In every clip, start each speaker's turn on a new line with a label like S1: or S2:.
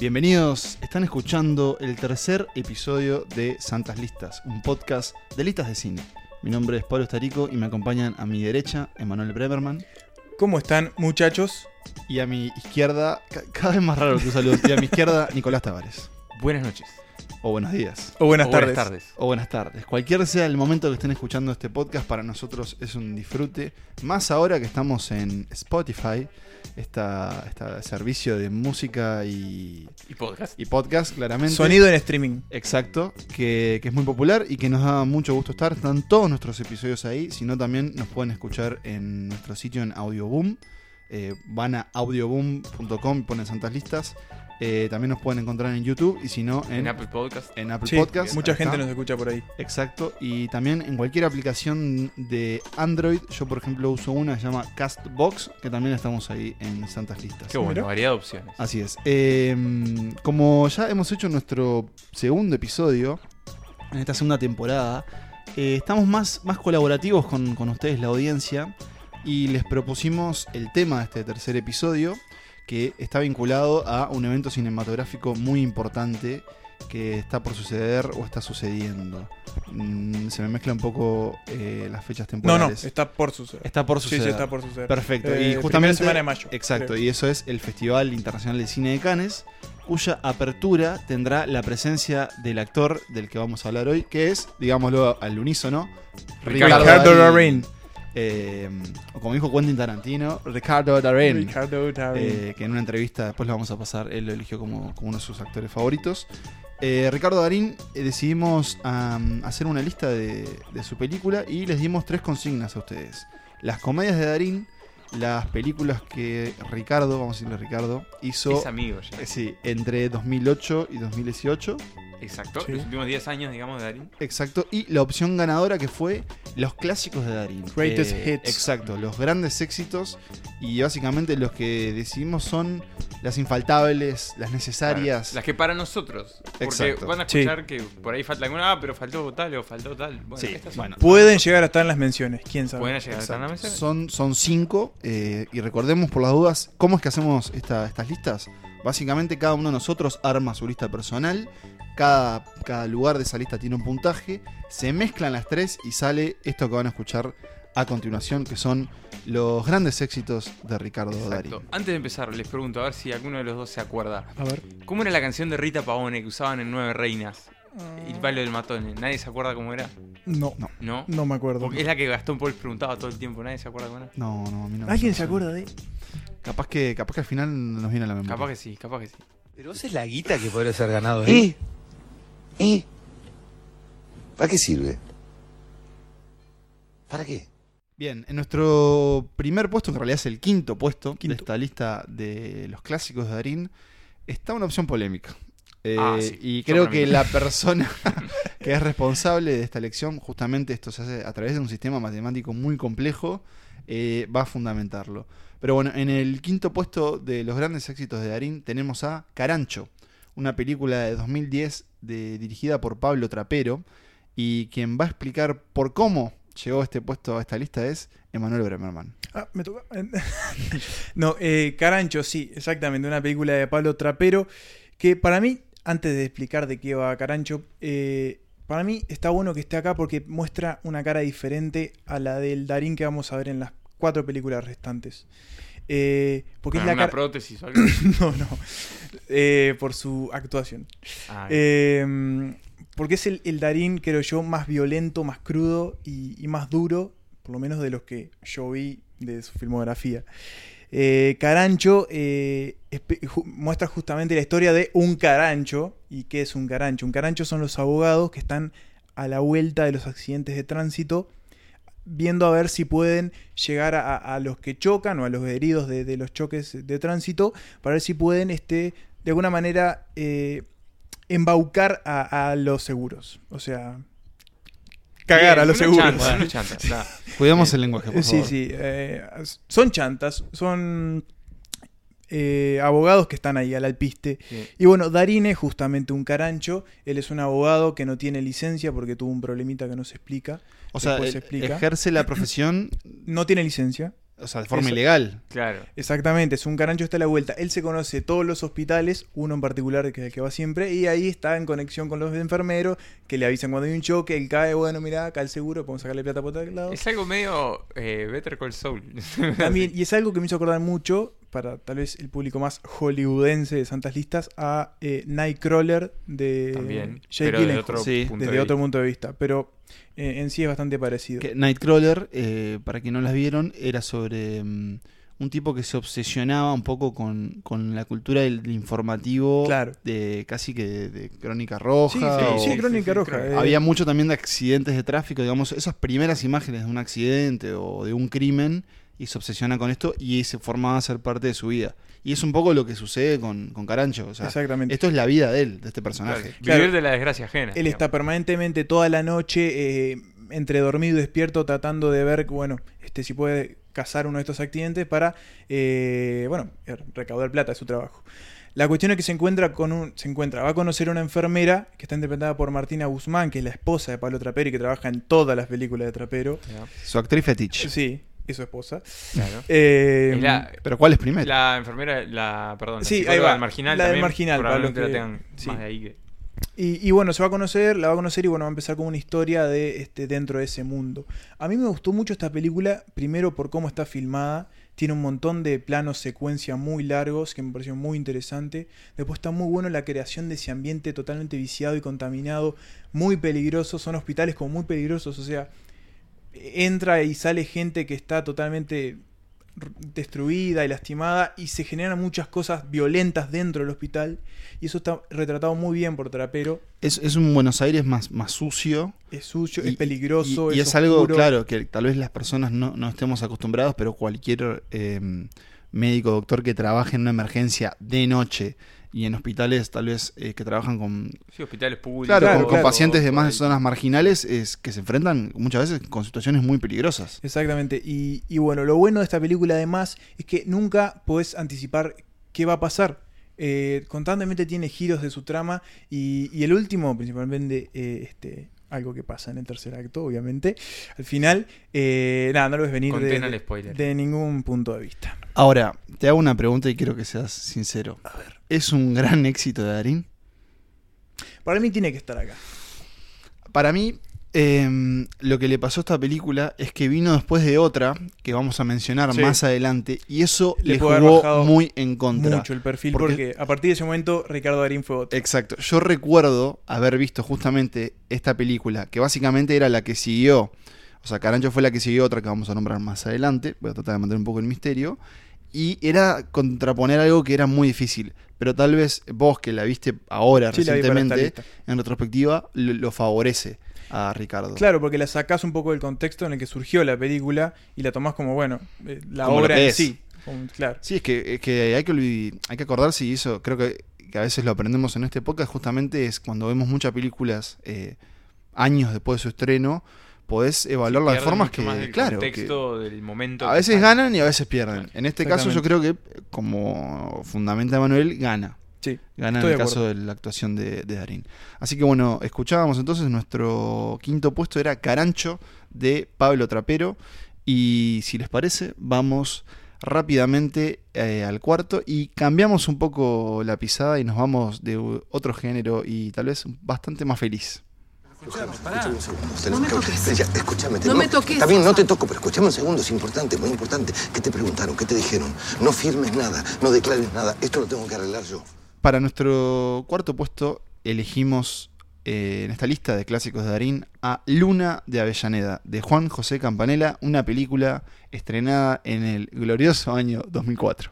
S1: Bienvenidos, están escuchando el tercer episodio de Santas Listas, un podcast de listas de cine. Mi nombre es Pablo Estarico y me acompañan a mi derecha Emanuel Bremerman
S2: ¿Cómo están, muchachos?
S1: y a mi izquierda, ca- cada vez más raro tu salud, y a mi izquierda Nicolás Tavares.
S3: Buenas noches.
S1: O buenos días.
S2: O buenas
S3: O
S2: tardes.
S1: O buenas tardes. Cualquier sea el momento que estén escuchando este podcast, para nosotros es un disfrute. Más ahora que estamos en Spotify, esta, esta servicio de música y,
S3: Y podcast.
S1: y podcast, claramente.
S2: Sonido en streaming.
S1: Exacto, que, que es muy popular y que nos da mucho gusto estar. Están todos nuestros episodios ahí, si no también nos pueden escuchar en nuestro sitio en Audioboom. Eh, van a audioboom.com y ponen Santas Listas. Eh, también nos pueden encontrar en YouTube y si no en,
S3: En Apple pues, Podcast.
S1: en Apple
S2: Sí,
S1: Podcast.
S2: mucha
S1: ahí
S2: gente
S1: está.
S2: nos escucha por ahí.
S1: Exacto, y también en cualquier aplicación de Android. Yo, por ejemplo, uso una que se llama Castbox, que también estamos ahí en Santas Listas.
S3: Qué bueno,
S2: Mira.
S3: variedad de opciones.
S1: Así es. Eh, como ya hemos hecho en nuestro segundo episodio, en esta segunda temporada, eh, estamos más, más colaborativos con, con ustedes, la audiencia, y les propusimos el tema de este tercer episodio, que está vinculado a un evento cinematográfico muy importante que está por suceder o está sucediendo. Mm, se me mezcla un poco eh, las fechas
S2: No, no,
S1: temporales.
S2: está por suceder.
S1: está por
S2: Sí,
S1: suceder.
S2: sí, está por suceder.
S1: Perfecto.
S2: Eh,
S1: y
S2: primera
S1: justamente.
S2: semana de mayo,
S1: Exacto.
S2: creo.
S1: Y eso es el Festival Internacional de Cine de Cannes, cuya apertura tendrá la presencia del actor del que vamos a hablar hoy, que es, digámoslo al unísono,
S3: Ricardo
S2: Ricardo Darín.
S1: eh, o como dijo Quentin Tarantino, Ricardo Darín.
S2: Ricardo Darín.
S1: eh, que en una entrevista después lo vamos a pasar, él lo eligió como, como uno de sus actores favoritos. Eh, Ricardo Darín eh, decidimos am, hacer una lista de, de su película y les dimos tres consignas a ustedes. Las comedias de Darín, las películas que Ricardo, vamos a decirle Ricardo, hizo
S3: es amigo ya.
S1: eh, sí, entre 2008 y 2018.
S3: Exacto.
S2: Sí.
S3: Los últimos 10 años, digamos, de Darín.
S1: Exacto, y la opción ganadora que fue los clásicos de Darín. eh,
S2: Greatest hits.
S1: Exacto, los grandes éxitos y básicamente los que decidimos son las infaltables, las necesarias.
S3: Las que para nosotros. Porque
S1: Exacto.
S3: van a escuchar que por ahí falta alguna. Ah, pero faltó tal o faltó tal. Bueno,
S1: Sí,
S3: estas
S1: bueno.
S2: Pueden llegar a estar en las menciones, quién sabe.
S3: Pueden llegar
S1: Exacto.
S3: a la mesa.
S1: Son, son cinco eh, y recordemos por las dudas cómo es que hacemos esta- estas listas. Básicamente cada uno de nosotros arma su lista personal, cada, cada lugar de esa lista tiene un puntaje, se mezclan las tres y sale esto que van a escuchar a continuación, que son los grandes éxitos de Ricardo
S3: Exacto.
S1: Darín.
S3: Antes de empezar, les pregunto a ver si alguno de los dos se acuerda.
S2: A ver.
S3: ¿Cómo era la canción de Rita Pavone que usaban en Nueve Reinas? El baile del matón. ¿Nadie se acuerda cómo era?
S2: Ah, No,
S1: No.
S3: ¿No?
S2: no me acuerdo.
S3: Porque es la que Gastón Paul preguntaba todo el tiempo. ¿Nadie se acuerda cómo era?
S1: No, no, a mí no. me
S2: ¿Alguien se
S1: suena.
S2: acuerda de
S1: Capaz que, capaz que al final nos viene a la memoria.
S3: Capaz que sí, capaz que sí.
S4: Pero esa es la guita que podría ser ganado, ¿eh?
S5: ¿Y? ¿Y? ¿Para qué sirve? ¿Para qué?
S1: Bien, en nuestro primer puesto, que en realidad es el quinto puesto
S2: Quinto.
S1: de esta lista de los clásicos de Darín, está una opción polémica. Eh,
S3: Ah, sí.
S1: Y
S3: Yo
S1: creo
S3: para mí
S1: que
S3: no.
S1: la persona que es responsable de esta elección, justamente esto se hace a través de un sistema matemático muy complejo, eh, va a fundamentarlo. Pero bueno, en el quinto puesto de los grandes éxitos de Darín tenemos a Carancho, una película de 2010 de- dirigida por Pablo Trapero. Y quien va a explicar por cómo llegó este puesto a esta lista es Emanuel Bremerman.
S2: Ah, me toca. no, eh, Carancho, sí, exactamente. Una película de Pablo Trapero. Que para mí, antes de explicar de qué va Carancho, eh, para mí está bueno que esté acá porque muestra una cara diferente a la del Darín que vamos a ver en las cuatro películas restantes. Eh, porque
S3: Con
S2: es la
S3: Ah, una
S2: cara.
S3: prótesis o algo.
S2: no, no. Eh, por su actuación.
S3: Ah,
S2: Eh, porque es el, el Darín, creo yo, más violento, más crudo y, y más duro, por lo menos de los que yo vi de su filmografía. Eh, Carancho eh, espe- ju- muestra justamente la historia de un carancho. ¿Y qué es un carancho? Un carancho son los abogados que están a la vuelta de los accidentes de tránsito, viendo a ver si pueden llegar a, a- a los que chocan o a los heridos de, de los choques de tránsito, para ver si pueden, este, de alguna manera, eh, embaucar a, a los seguros. O sea, cagar a
S3: Bien,
S2: los
S3: unos
S2: seguros.
S3: chantas, unos chantas, nada.
S1: Cuidemos el lenguaje, por
S2: Eh, Sí,
S1: favor.
S2: sí. eh, son chantas, son eh, abogados que están ahí al alpiste.
S3: Sí.
S2: Y bueno, Darín es justamente un carancho. Él es un abogado que no tiene licencia porque tuvo un problemita que no se explica.
S1: O sea,
S2: Después
S1: e-
S2: se explica.
S1: ejerce la profesión.
S2: No tiene licencia.
S1: O sea, de forma
S2: Eso.
S1: ilegal.
S3: Claro.
S2: Exactamente, es un carancho está a la vuelta. Él se conoce todos los hospitales, uno en particular que es el que va siempre, y ahí está en conexión con los enfermeros que le avisan cuando hay un choque, él cae, bueno, mirá, acá el seguro, podemos sacarle plata por otro lado.
S3: Es algo medio eh, Better Call Saul.
S1: Ah,
S2: También, y es algo que me hizo acordar mucho, para tal vez el público más hollywoodense de Santas Listas, a eh, Nightcrawler de
S3: También.
S2: Jake
S3: pero desde
S2: Gyllenhaal,
S3: otro
S1: Sí,
S3: punto
S2: desde
S3: de
S2: otro
S3: vista.
S2: punto de vista, pero eh, en sí es bastante parecido.
S1: Que Nightcrawler, eh, para quien no las vieron, era sobre mm, un tipo que se obsesionaba un poco con, con la cultura del informativo,
S2: Claro.
S1: de casi que de, de Crónica Roja.
S2: sí,
S1: o-
S2: sí, Crónica
S3: sí,
S2: Roja.
S3: creo.
S2: eh,
S1: Había mucho también de accidentes de tráfico, digamos, esas primeras imágenes de un accidente o de un crimen y se obsesiona con esto y se formaba a ser parte de su vida. Y es un poco lo que sucede con, con Carancho. O sea,
S2: Exactamente.
S1: esto es la vida de él, de este
S3: Claro.
S1: personaje.
S2: Claro.
S3: Vivir de la desgracia ajena.
S2: Él
S3: digamos.
S2: está permanentemente toda la noche eh, entre dormido y despierto tratando de ver, bueno, este, si puede cazar uno de estos accidentes para, eh, bueno, recaudar plata, es su trabajo. La cuestión es que se encuentra con un, se encuentra, va a conocer a una enfermera que está interpretada por Martina Guzmán, que es la esposa de Pablo Trapero y que trabaja en todas las películas de Trapero.
S3: Ya,
S1: Su actriz fetiche.
S2: Sí, es su esposa.
S3: Claro.
S2: Eh,
S3: Y la,
S1: Pero ¿cuál es primero?
S3: la enfermera, la, perdón, la
S2: Sí, ahí
S3: psicóloga
S2: va.
S3: del marginal
S2: La del
S3: también,
S2: marginal, para los
S3: probablemente la
S2: que-
S3: tengan
S2: sí.
S3: más de ahí que...
S2: Y, y bueno, se va a conocer, la va a conocer y bueno, va a empezar como una historia de este dentro de ese mundo. A mí me gustó mucho esta película, primero por cómo está filmada, tiene un montón de planos secuencia muy largos que me pareció muy interesante. Después está muy bueno la creación de ese ambiente totalmente viciado y contaminado, muy peligroso, son hospitales como muy peligrosos, o sea, entra y sale gente que está totalmente r- destruida y lastimada y se generan muchas cosas violentas dentro del hospital y eso está retratado muy bien por Trapero
S1: Es, es un Buenos Aires más, más sucio.
S2: es sucio,
S1: Y-
S2: es peligroso,
S1: Y, y es,
S2: es,
S1: algo,
S2: oscuro.
S1: claro, que tal vez las personas no, no estemos acostumbrados, pero cualquier eh, médico, doctor que trabaje en una emergencia de noche y en hospitales tal vez eh, que trabajan con,
S3: Sí, hospitales públicos.
S1: claro, con, con
S2: claro.
S1: pacientes de más de
S3: por ahí.
S1: zonas marginales es que se enfrentan muchas veces con situaciones muy peligrosas.
S2: Exactamente. Y, y bueno, lo bueno de esta película además es que nunca podés anticipar qué va a pasar. Eh, constantemente tiene giros de su trama y, y el último, principalmente, eh, este, algo que pasa en el tercer acto, obviamente. Al final, eh, nada, no lo ves venir de,
S3: Contén al
S2: de-
S3: spoiler.
S2: de ningún punto de vista.
S1: Ahora, te hago una pregunta y quiero que seas sincero. ¿Es un gran éxito de Darín?
S2: Para mí tiene que estar acá.
S1: Para mí, eh, lo que le pasó a esta película es que vino después de otra que vamos a mencionar
S2: Sí.
S1: más adelante y eso
S2: Le
S1: le,
S2: puede haber
S1: jugó
S2: bajado
S1: muy en contra.
S2: Mucho el perfil porque,
S1: Porque-
S2: a partir de ese momento Ricardo Darín fue otro.
S1: Exacto. Yo recuerdo haber visto justamente esta película, que básicamente era la que siguió. O sea, Carancho fue la que siguió otra que vamos a nombrar más adelante. Voy a tratar de mantener un poco el misterio. Y era contraponer algo que era muy difícil. Pero tal vez vos, que la viste ahora
S2: Sí, la vi para esta
S1: recientemente,
S2: lista.
S1: en retrospectiva, lo, lo favorece a Ricardo.
S2: Claro, porque la sacás un poco del contexto en el que surgió la película y la tomás como, bueno, eh, la
S1: Como lo
S2: obra
S1: que
S2: en
S1: es.
S2: sí. Como- claro.
S1: Sí, es que, es que hay que olvid- hay que acordarse, y eso creo que, que a veces lo aprendemos en este podcast, justamente es cuando vemos muchas películas eh, años después de su estreno, podés evaluarla de
S3: Pierde
S1: formas
S3: mucho
S1: que,
S3: más del
S1: claro, que
S3: contexto del momento.
S1: a
S3: que
S1: veces
S3: están.
S1: ganan y a veces pierden. En este caso yo creo que, como fundamenta Manuel, gana.
S2: Sí.
S1: Gana
S2: Estoy
S1: en
S2: de
S1: el caso de la actuación de, de Darín. Así que bueno, escuchábamos entonces nuestro quinto puesto era Carancho de Pablo Trapero. Y si les parece, vamos rápidamente eh, al cuarto y cambiamos un poco la pisada y nos vamos de u- otro género y tal vez bastante más feliz.
S5: Escúchame un segundo,
S6: No me
S5: tenemos que-
S6: toques.
S5: Ya, escúchame,
S6: No
S5: tenemos-
S6: me toques,
S5: Está bien, no te
S6: Gonzalo.
S5: toco, pero escúchame un segundo, es importante, muy importante. ¿Qué te preguntaron? ¿Qué te dijeron? No firmes nada, no declares nada. Esto lo tengo que arreglar yo.
S1: Para nuestro cuarto puesto elegimos eh, en esta lista de clásicos de Darín a Luna de Avellaneda de Juan José Campanella, una película estrenada en el glorioso año 2004.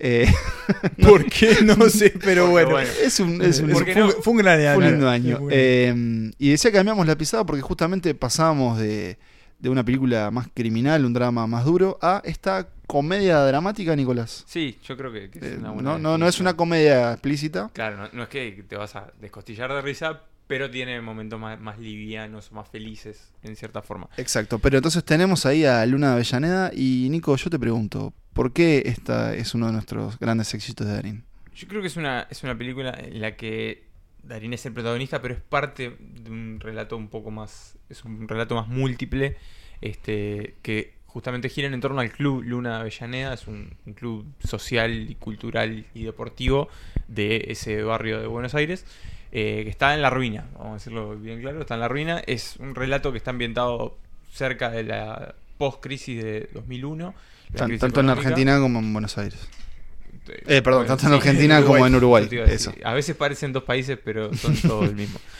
S1: Eh,
S2: ¿Por qué? No sé, pero bueno.
S3: bueno.
S1: es un, es un-
S2: Es-
S3: Porque
S2: fue,
S3: no.
S2: fue un gran año.
S1: fue un lindo año.
S2: Fue un-
S1: Eh, y decía que cambiamos la pisada porque justamente pasábamos de, de una película más criminal, un drama más duro, a esta comedia dramática, Nicolás.
S3: Sí, yo creo que, que
S1: Eh,
S3: es una buena
S1: no, no, no es
S3: definición.
S1: una comedia explícita.
S3: Claro, no, no es que te vas a descostillar de risa, pero tiene momentos más, más livianos, más felices, en cierta forma.
S1: Exacto, pero entonces tenemos ahí a Luna de Avellaneda y Nico, yo te pregunto, ¿por qué esta es uno de nuestros grandes éxitos de Darín?
S3: Yo creo que es una, es una película en la que Darín es el protagonista, pero es parte de un relato un poco más. Es un relato más múltiple. Este. que justamente giran en torno al Club Luna Avellaneda, es un, un club social y cultural y deportivo de ese barrio de Buenos Aires, eh, que está en la ruina, vamos a decirlo bien claro, está en la ruina, es un relato que está ambientado cerca de la post-crisis de 2001. la
S1: Tan-
S3: crisis
S1: tanto en la
S3: económica.
S1: Argentina como en Buenos Aires. Eh, perdón, tanto en
S3: sí,
S1: Argentina como en Uruguay,
S3: eso te iba a decir.
S1: eso.
S3: A veces parecen dos países, pero son todo el mismo.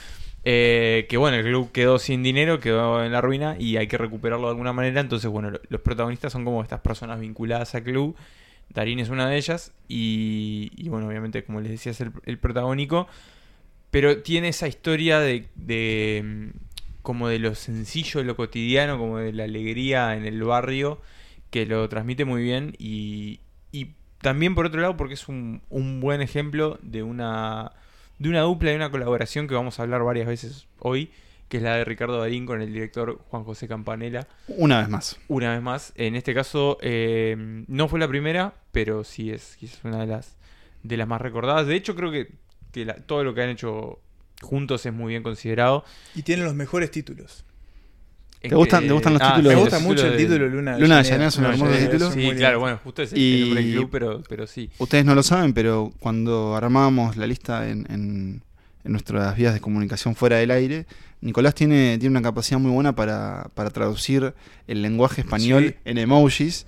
S3: Eh, que bueno, el club quedó sin dinero, quedó en la ruina y hay que recuperarlo de alguna manera. Entonces, bueno, lo- los protagonistas son como estas personas vinculadas al club. Darín es una de ellas y, y bueno, obviamente, como les decía, es el, el protagónico. Pero tiene esa historia de, de, mm, como de lo sencillo, de lo cotidiano, como de la alegría en el barrio que lo transmite muy bien y, y también por otro lado porque es un, un buen ejemplo de una de una dupla y una colaboración que vamos a hablar varias veces hoy que es la de Ricardo Darín con el director Juan José Campanella
S1: Una vez más.
S3: una vez más en este caso eh, no fue la primera pero sí es quizás una de las de las más recordadas de hecho creo que, que la- todo lo que han hecho juntos es muy bien considerado
S2: Y tienen los mejores títulos.
S1: ¿Te gustan- te gustan los
S3: Ah,
S1: títulos?
S2: Me
S1: Los-
S2: gusta
S3: los
S2: mucho el
S3: títulos
S2: título
S3: del-
S2: Luna
S1: Luna de Llanera es un
S2: Luna de
S1: hermoso
S2: Llanera es
S1: título.
S2: un
S3: Sí,
S2: muy
S3: claro,
S2: lindo.
S3: bueno, justo es el,
S1: Y-
S3: el nombre del club, pero, pero sí.
S1: Ustedes no lo saben, pero cuando armábamos la lista en, en- en nuestras vías de comunicación fuera del aire, Nicolás tiene, tiene una capacidad muy buena para, para traducir el lenguaje español
S2: Sí.
S1: en emojis.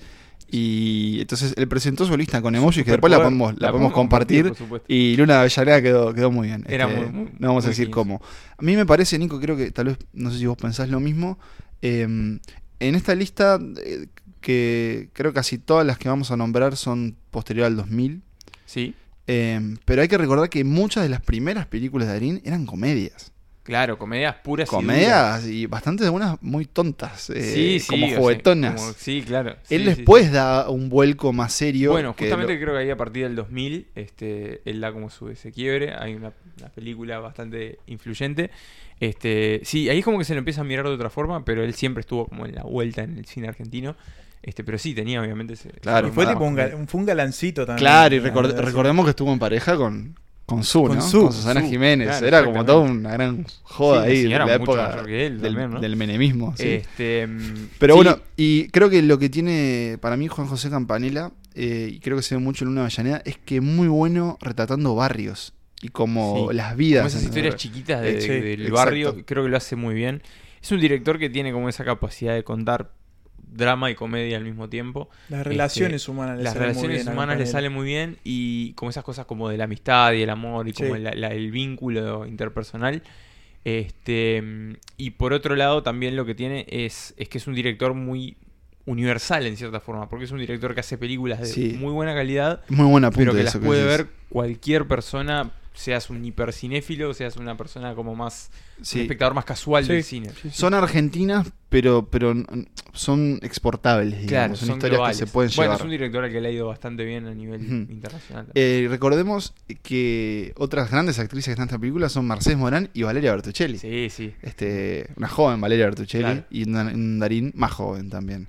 S1: Y entonces él presentó su lista con emojis, que después
S3: Superpoder.
S1: la podemos, la podemos compartir.
S3: por supuesto.
S1: Y Luna de Avellaneda quedó, quedó muy bien.
S3: Era
S1: Este,
S3: muy- muy-
S1: no vamos a
S3: muy
S1: decir
S3: bien.
S1: cómo. A mí me parece, Nico, creo que tal vez, no sé si vos pensás lo mismo. eh, en esta lista, eh, que creo casi todas las que vamos a nombrar son posterior al 2000.
S3: Sí,
S1: eh, pero hay que recordar que muchas de las primeras películas de Darín eran comedias.
S3: claro, comedias puras y duras.
S1: comedias y bastantes de algunas muy tontas, eh,
S3: Sí, sí, o
S1: como
S3: sea,
S1: juguetonas.
S3: como- sí, claro. sí,
S1: Él
S3: sí,
S1: después
S3: sí.
S1: da un vuelco más serio.
S3: Bueno,
S1: que
S3: justamente
S1: lo-
S3: creo que ahí a partir del 2000, este, él da como su ese quiebre. Hay una, una película bastante influyente. Este, sí, ahí es como que se lo empieza a mirar de otra forma, pero él siempre estuvo como en la vuelta en el cine argentino. Este, pero sí, tenía obviamente ese.
S1: Claro,
S2: Y fue
S1: Ah,
S2: tipo un, gal- un- fue un galancito
S3: Ah,
S2: también.
S1: Claro, y
S2: La
S1: record-
S2: verdad, sí.
S1: recordemos que estuvo en pareja con, con Su,
S2: Con
S1: ¿no?
S2: Su,
S1: con Susana
S3: Su,
S1: Jiménez.
S3: claro,
S1: era como toda
S3: exactamente.
S1: una gran joda
S3: Sí, la
S1: ahí de
S3: señora
S1: la
S3: mucho
S1: época
S3: mayor que él
S1: del,
S3: también, ¿no?
S1: del menemismo. sí.
S3: Este, mm,
S1: Pero
S3: sí,
S1: bueno, y creo que lo que tiene para mí Juan José Campanella, eh, y creo que se ve mucho en Luna Avellaneda, es que es muy bueno retratando barrios y como
S3: Sí.
S1: las
S3: como
S1: vidas.
S3: esas
S1: ¿no?
S3: historias chiquitas de-
S1: Eh, sí,
S3: de- del
S1: exacto.
S3: barrio, creo que lo hace muy bien. Es un director que tiene como esa capacidad de contar drama y comedia al mismo tiempo.
S2: Las relaciones humanas le
S3: Las
S2: salen muy
S3: relaciones
S2: bien a
S3: humanas le
S2: Campanella.
S3: salen muy bien y como esas cosas como de la amistad y el amor y
S2: Sí.
S3: como la- la- el vínculo interpersonal. Este, mm, y por otro lado también lo que tiene es, es que es un director muy universal en cierta forma, porque es un director que hace películas de
S1: Sí.
S3: muy buena calidad,
S1: Es muy buena punta
S3: pero que las
S1: eso que
S3: puede
S1: decís.
S3: ver cualquier persona, seas un hipercinéfilo, seas una persona como más, un
S1: Sí.
S3: espectador más casual
S2: Sí.
S3: del cine.
S1: Son argentinas, pero, pero n- son exportables, digamos.
S3: Claro,
S1: son,
S3: son
S1: historias
S3: globales.
S1: que se pueden
S3: bueno,
S1: llevar.
S3: es un director al que le ha ido bastante bien a nivel
S1: Ujú.
S3: internacional. también.
S1: Eh, recordemos que otras grandes actrices que están en esta película son Mercedes Morán y Valeria Bertuccelli.
S3: sí, sí.
S1: Este, una joven Valeria Bertuccelli
S3: Claro.
S1: y un, un Darín más joven también.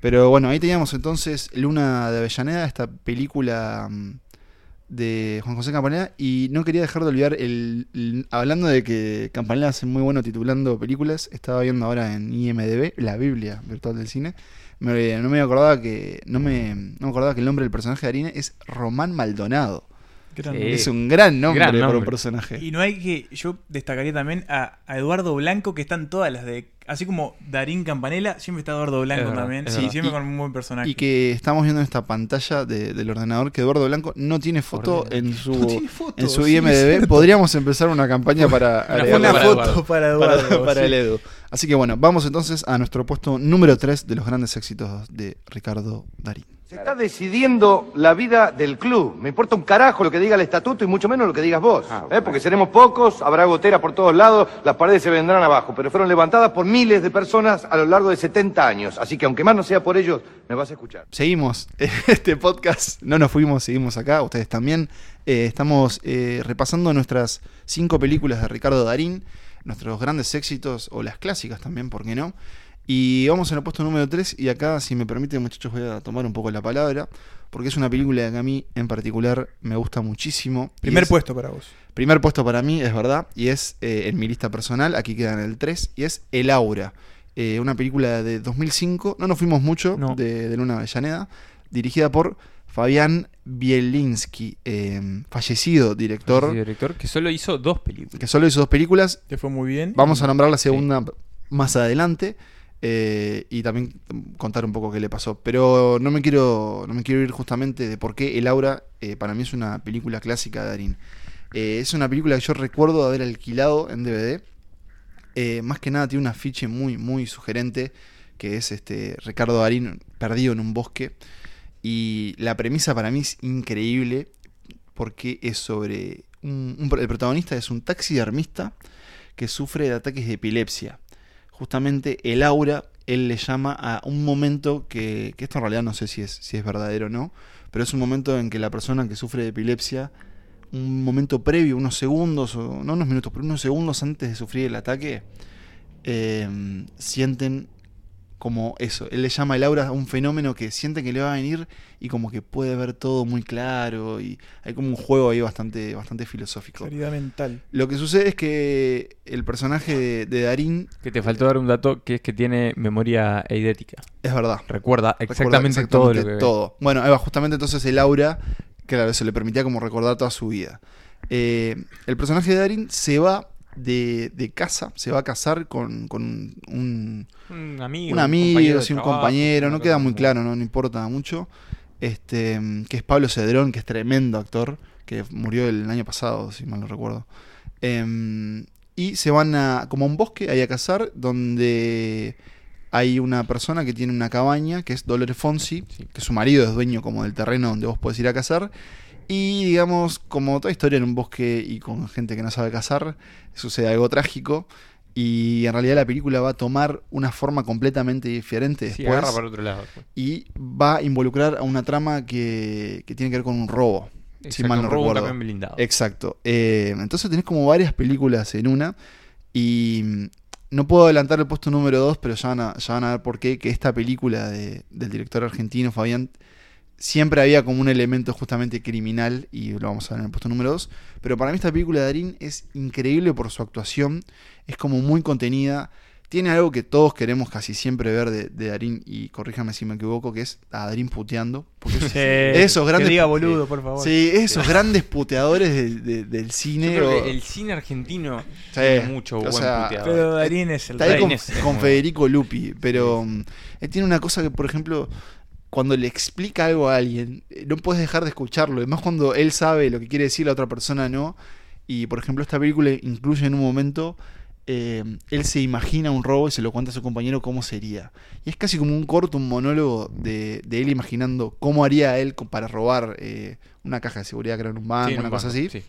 S1: Pero bueno, ahí teníamos entonces Luna de Avellaneda, esta película mm, de Juan José Campanella. Y no quería dejar de olvidar, el, el- hablando de que Campanella hace muy bueno titulando películas, estaba viendo ahora en IMDB, la Biblia virtual del cine. me- no me acordaba que no me, no me acordaba que el nombre del personaje de Darín es Román Maldonado.
S2: Gran-
S3: Sí.
S1: Es un gran nombre,
S3: gran
S1: para un
S3: nombre.
S1: personaje.
S2: Y no hay que. Yo destacaría también a, a Eduardo Blanco, que están todas las de. Así como Darín Campanella, siempre está Eduardo Blanco
S3: verdad,
S2: también.
S3: es
S2: Sí,
S3: verdad.
S2: siempre
S1: Y-
S2: con un buen personaje.
S1: Y que estamos viendo en esta pantalla de- del ordenador que Eduardo Blanco no tiene foto
S3: Ordena.
S1: en su,
S2: No tiene foto,
S1: en su
S2: sí, es
S1: IMDB.
S2: cierto.
S1: Podríamos empezar una campaña para
S3: Una
S1: agregarlo
S2: Una
S3: para
S1: para-
S2: foto
S3: Eduardo.
S2: para
S1: para-
S2: Eduardo.
S1: para
S2: sí.
S1: el Edu. Así que bueno, vamos entonces a nuestro puesto número 3 de los grandes éxitos de Ricardo Darín.
S6: Se está decidiendo la vida del club. Me importa un carajo lo que diga el estatuto y mucho menos lo que digas vos.
S4: Ah,
S6: ¿eh? Porque seremos pocos, habrá gotera por todos lados, las paredes se vendrán abajo, pero fueron levantadas por miles de personas a lo largo de 70 años. Así que aunque más no sea por ellos, me vas a escuchar.
S1: Seguimos este podcast, no nos fuimos, seguimos acá, ustedes también. Eh, estamos eh, repasando nuestras cinco películas de Ricardo Darín, nuestros grandes éxitos o las clásicas también, ¿por qué no? Y vamos en el puesto número 3 y acá, si me permiten muchachos, voy a tomar un poco la palabra, porque es una película que a mí en particular me gusta muchísimo. y
S2: Primer
S1: es-
S2: puesto para vos.
S1: Primer puesto para mí, es verdad, y es eh, en mi lista personal, aquí queda en el 3, y es El Aura. eh, una película de 2005, no nos fuimos mucho,
S3: No.
S1: de, de Luna Avellaneda, dirigida por Fabián Bielinski, eh, fallecido director,
S3: Sí, director que solo hizo dos películas.
S1: que solo hizo dos películas,
S2: Te fue muy bien.
S1: vamos a nombrar la segunda más adelante. eh, y también contar un poco qué le pasó. Pero no me quiero, no me quiero ir justamente de por qué El Aura eh, para mí es una película clásica de Darín. Eh, es una película que yo recuerdo haber alquilado en DVD. Eh, más que nada tiene un afiche muy, muy sugerente, que es este Ricardo Darín perdido en un bosque. Y la premisa para mí es increíble, porque es sobre... Un, un- el protagonista es un taxidermista que sufre de ataques de epilepsia. Justamente el aura, él le llama a un momento que, que esto en realidad no sé si es, si es verdadero o no, pero es un momento en que la persona que sufre de epilepsia, un momento previo, unos segundos, o no unos minutos, pero unos segundos antes de sufrir el ataque, eh, sienten como eso. Él le llama el aura a un fenómeno que siente que le va a venir y como que puede ver todo muy claro y hay como un juego ahí bastante, bastante filosófico.
S2: Claridad mental.
S1: Lo que sucede es que el personaje de, de Darín
S3: Que te faltó dar un dato que es que tiene memoria eidética.
S1: es verdad.
S3: Recuerda
S1: Recuerda
S3: exactamente, todo lo que ve.
S1: todo. Bueno, ahí va, justamente entonces el aura, claro, se le permitía como recordar toda su vida. Eh, el personaje de Darín se va de, de casa, se va a casar con, con un,
S3: Un amigo.
S1: un amigo,
S3: compañero de
S1: sí, un
S3: trabajo,
S1: compañero,
S3: una
S1: no queda
S3: cosa
S1: muy
S3: así.
S1: claro, no, no importa mucho. Este, mm, que es Pablo Cedrón, que es tremendo actor, que murió el año pasado, si mal no recuerdo. Em, y se van a como a un bosque ahí a cazar, donde hay una persona que tiene una cabaña, que es Dolores Fonsi,
S3: Sí.
S1: que su marido es dueño como del terreno donde vos podés ir a cazar. Y digamos, como toda historia en un bosque y con gente que no sabe cazar, sucede algo trágico. Y en realidad la película va a tomar una forma completamente diferente
S3: Sí,
S1: después
S3: agarra para otro lado. pues. después.
S1: y va a involucrar a una trama que, que tiene que ver con un robo. si
S3: Exacto,
S1: mal no
S3: roba un
S1: recuerdo.
S3: camión blindado.
S1: Exacto. Eh, entonces tenés como varias películas en una. Y mm, no puedo adelantar el puesto número 2, pero ya van, a, ya van a ver por qué. Que esta película de- del director argentino Fabián siempre había como un elemento justamente criminal. Y lo vamos a ver en el puesto número 2. Pero para mí esta película de Darín es increíble por su actuación. Es como muy contenida. Tiene algo que todos queremos casi siempre ver de, de Darín. Y corríjame si me equivoco, que es a Darín puteando. Porque es- esos
S2: Que
S1: grandes
S2: diga boludo, por favor.
S1: Sí, esos grandes puteadores del- de- del
S3: Yo
S1: cine.
S3: creo
S1: o-
S3: que el cine argentino
S1: Sí,
S3: tiene mucho
S1: o
S3: buen
S1: sea,
S3: puteador.
S2: Pero Darín es el
S1: Está ahí
S2: rey.
S1: con,
S3: Inés,
S1: con
S3: ¿no?
S1: Federico Lupi, pero mm, él tiene una cosa que, por ejemplo, cuando le explica algo a alguien, eh, no puedes dejar de escucharlo. Además, cuando él sabe lo que quiere decir, la otra persona no. Y, por ejemplo, esta película incluye en un momento, eh, él se imagina un robo y se lo cuenta a su compañero cómo sería. Y es casi como un corto, un monólogo de, de él imaginando cómo haría él co- para robar eh, una caja de seguridad que era en un banco,
S3: Sí, en un
S1: Ah, una cosa
S3: banco,
S1: así.
S3: sí.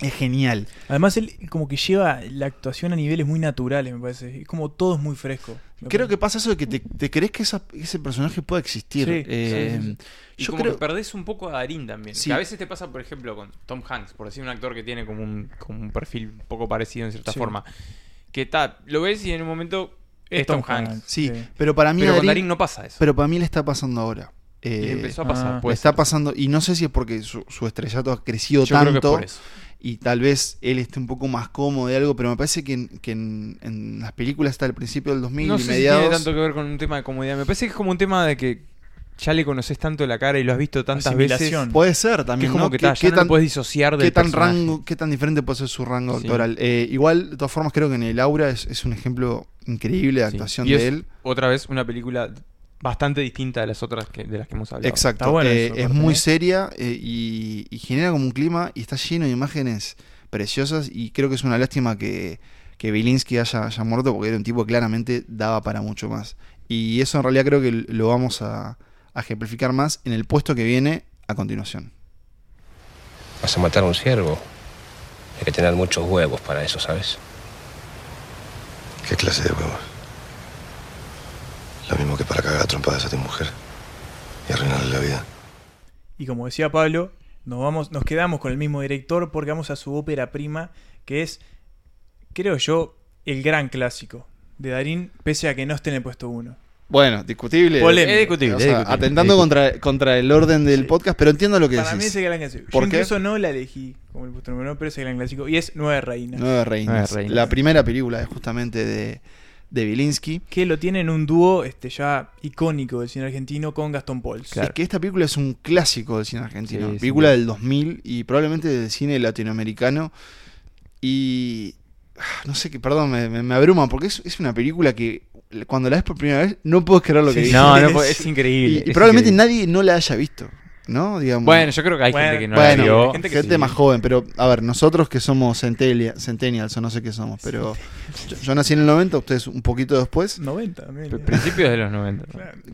S1: Es genial.
S2: Además, él como que lleva la actuación a niveles muy naturales, me parece. Es como todo es muy fresco. Me
S1: Creo que pasa
S2: parece.
S1: eso de que te, te crees que esa- ese personaje pueda existir.
S2: Sí,
S1: Eh,
S2: sí, sí,
S3: Y
S1: Yo
S3: como
S1: creo.
S3: que perdés un poco a Darín también.
S1: Sí.
S3: Que a veces te pasa, por ejemplo, con Tom Hanks, por decir un actor que tiene como un, como un perfil un poco parecido en cierta
S2: Sí.
S3: forma. Que está, lo ves y en un momento es, Tom, Hanks.
S1: Sí,
S2: Sí.
S1: pero para mí.
S3: Pero con
S1: Darín-
S3: Darín no pasa eso.
S1: pero para mí le está pasando ahora. Eh,
S3: Y le empezó a
S2: Ah.
S3: pasar.
S2: Le
S1: le
S3: pues,
S1: está pasando. Y no sé si es porque su, su estrellato ha crecido
S3: Yo
S1: tanto.
S3: creo que es por eso.
S1: y tal vez él esté un poco más cómodo de algo, pero me parece que en, que en- en las películas hasta el principio del 2000
S3: No
S1: y
S3: sé si
S1: mediados.
S3: tiene tanto que ver con un tema de comodidad. Me parece que es como un tema de que ya le conoces tanto la cara y lo has visto tantas veces.
S2: Asimilación.
S3: Que
S1: Puede ser también.
S3: es como
S1: ¿no?
S3: que
S1: ¿Qué-
S3: ta, ya
S1: qué
S3: no
S1: tan-
S3: lo puedes disociar del
S1: ¿Qué tan,
S3: personaje.
S1: rango, ¿Qué tan diferente puede ser su rango
S3: Sí.
S1: actoral? Eh, igual, de todas formas, creo que en El Aura es, es un ejemplo increíble de
S3: Sí.
S1: actuación
S3: Y
S1: de
S3: es,
S1: él.
S3: Otra vez una película bastante distinta de las otras que, de las que hemos hablado.
S1: Exacto.
S2: Está bueno
S1: Eh,
S2: eso,
S1: es
S2: aparte,
S1: muy
S2: ¿no?
S1: seria eh, y, y genera como un clima y está lleno de imágenes preciosas y creo que es una lástima que, que Bielinsky haya, haya muerto porque era un tipo que claramente daba para mucho más. Y eso en realidad creo que lo vamos a, a ejemplificar más en el puesto que viene a continuación.
S7: Vas a matar a un ciervo. Hay que tener muchos huevos para eso, ¿sabes?
S5: ¿Qué clase de huevos? Lo mismo que para cagar a trompadas a tu mujer y arruinarle la vida.
S2: Y como decía Pablo, nos, vamos, nos quedamos con el mismo director porque vamos a su ópera prima, que es, creo yo, el gran clásico de Darín, pese a que no esté en el puesto 1.
S1: Bueno, discutible.
S2: Polémico. Es
S1: O sea, Atentando contra, contra el orden del
S2: Sí.
S1: podcast, pero entiendo lo que
S2: Para mí
S1: decís.
S2: es el gran clásico.
S1: ¿Por
S2: yo
S1: qué?
S2: incluso no la elegí como el puesto número uno, pero es el gran clásico. Y es Nueve Reinas.
S1: Nueve reinas.
S3: Nueve reinas.
S1: La primera película es justamente de, de Bilinsky.
S2: Que lo tiene en un dúo este, ya icónico del cine argentino con Gastón Pauls.
S1: Es que esta película es un clásico del cine argentino.
S3: Sí, sin
S1: película
S3: duda.
S1: del 2000 y probablemente del cine latinoamericano. Y. ah, No sé qué, perdón, me, me- me abruma porque es, es una película que cuando la ves por primera vez no puedes creer lo que
S2: Sí,
S1: dice.
S3: No, no,
S2: sí.
S3: po- es
S1: Y,
S3: increíble.
S1: y
S3: es
S1: probablemente
S3: increíble.
S1: nadie no la haya visto, ¿no? Digamos.
S3: Bueno, yo creo que hay
S2: Bueno,
S3: gente que no
S1: Bueno,
S3: la vio.
S1: gente,
S2: que sí.
S1: más joven, pero a ver, nosotros que somos centelia- centennials o no sé qué somos, pero yo, yo nací en el 90, ustedes un poquito después.
S2: 90, mira.
S3: P- Principios de los 90.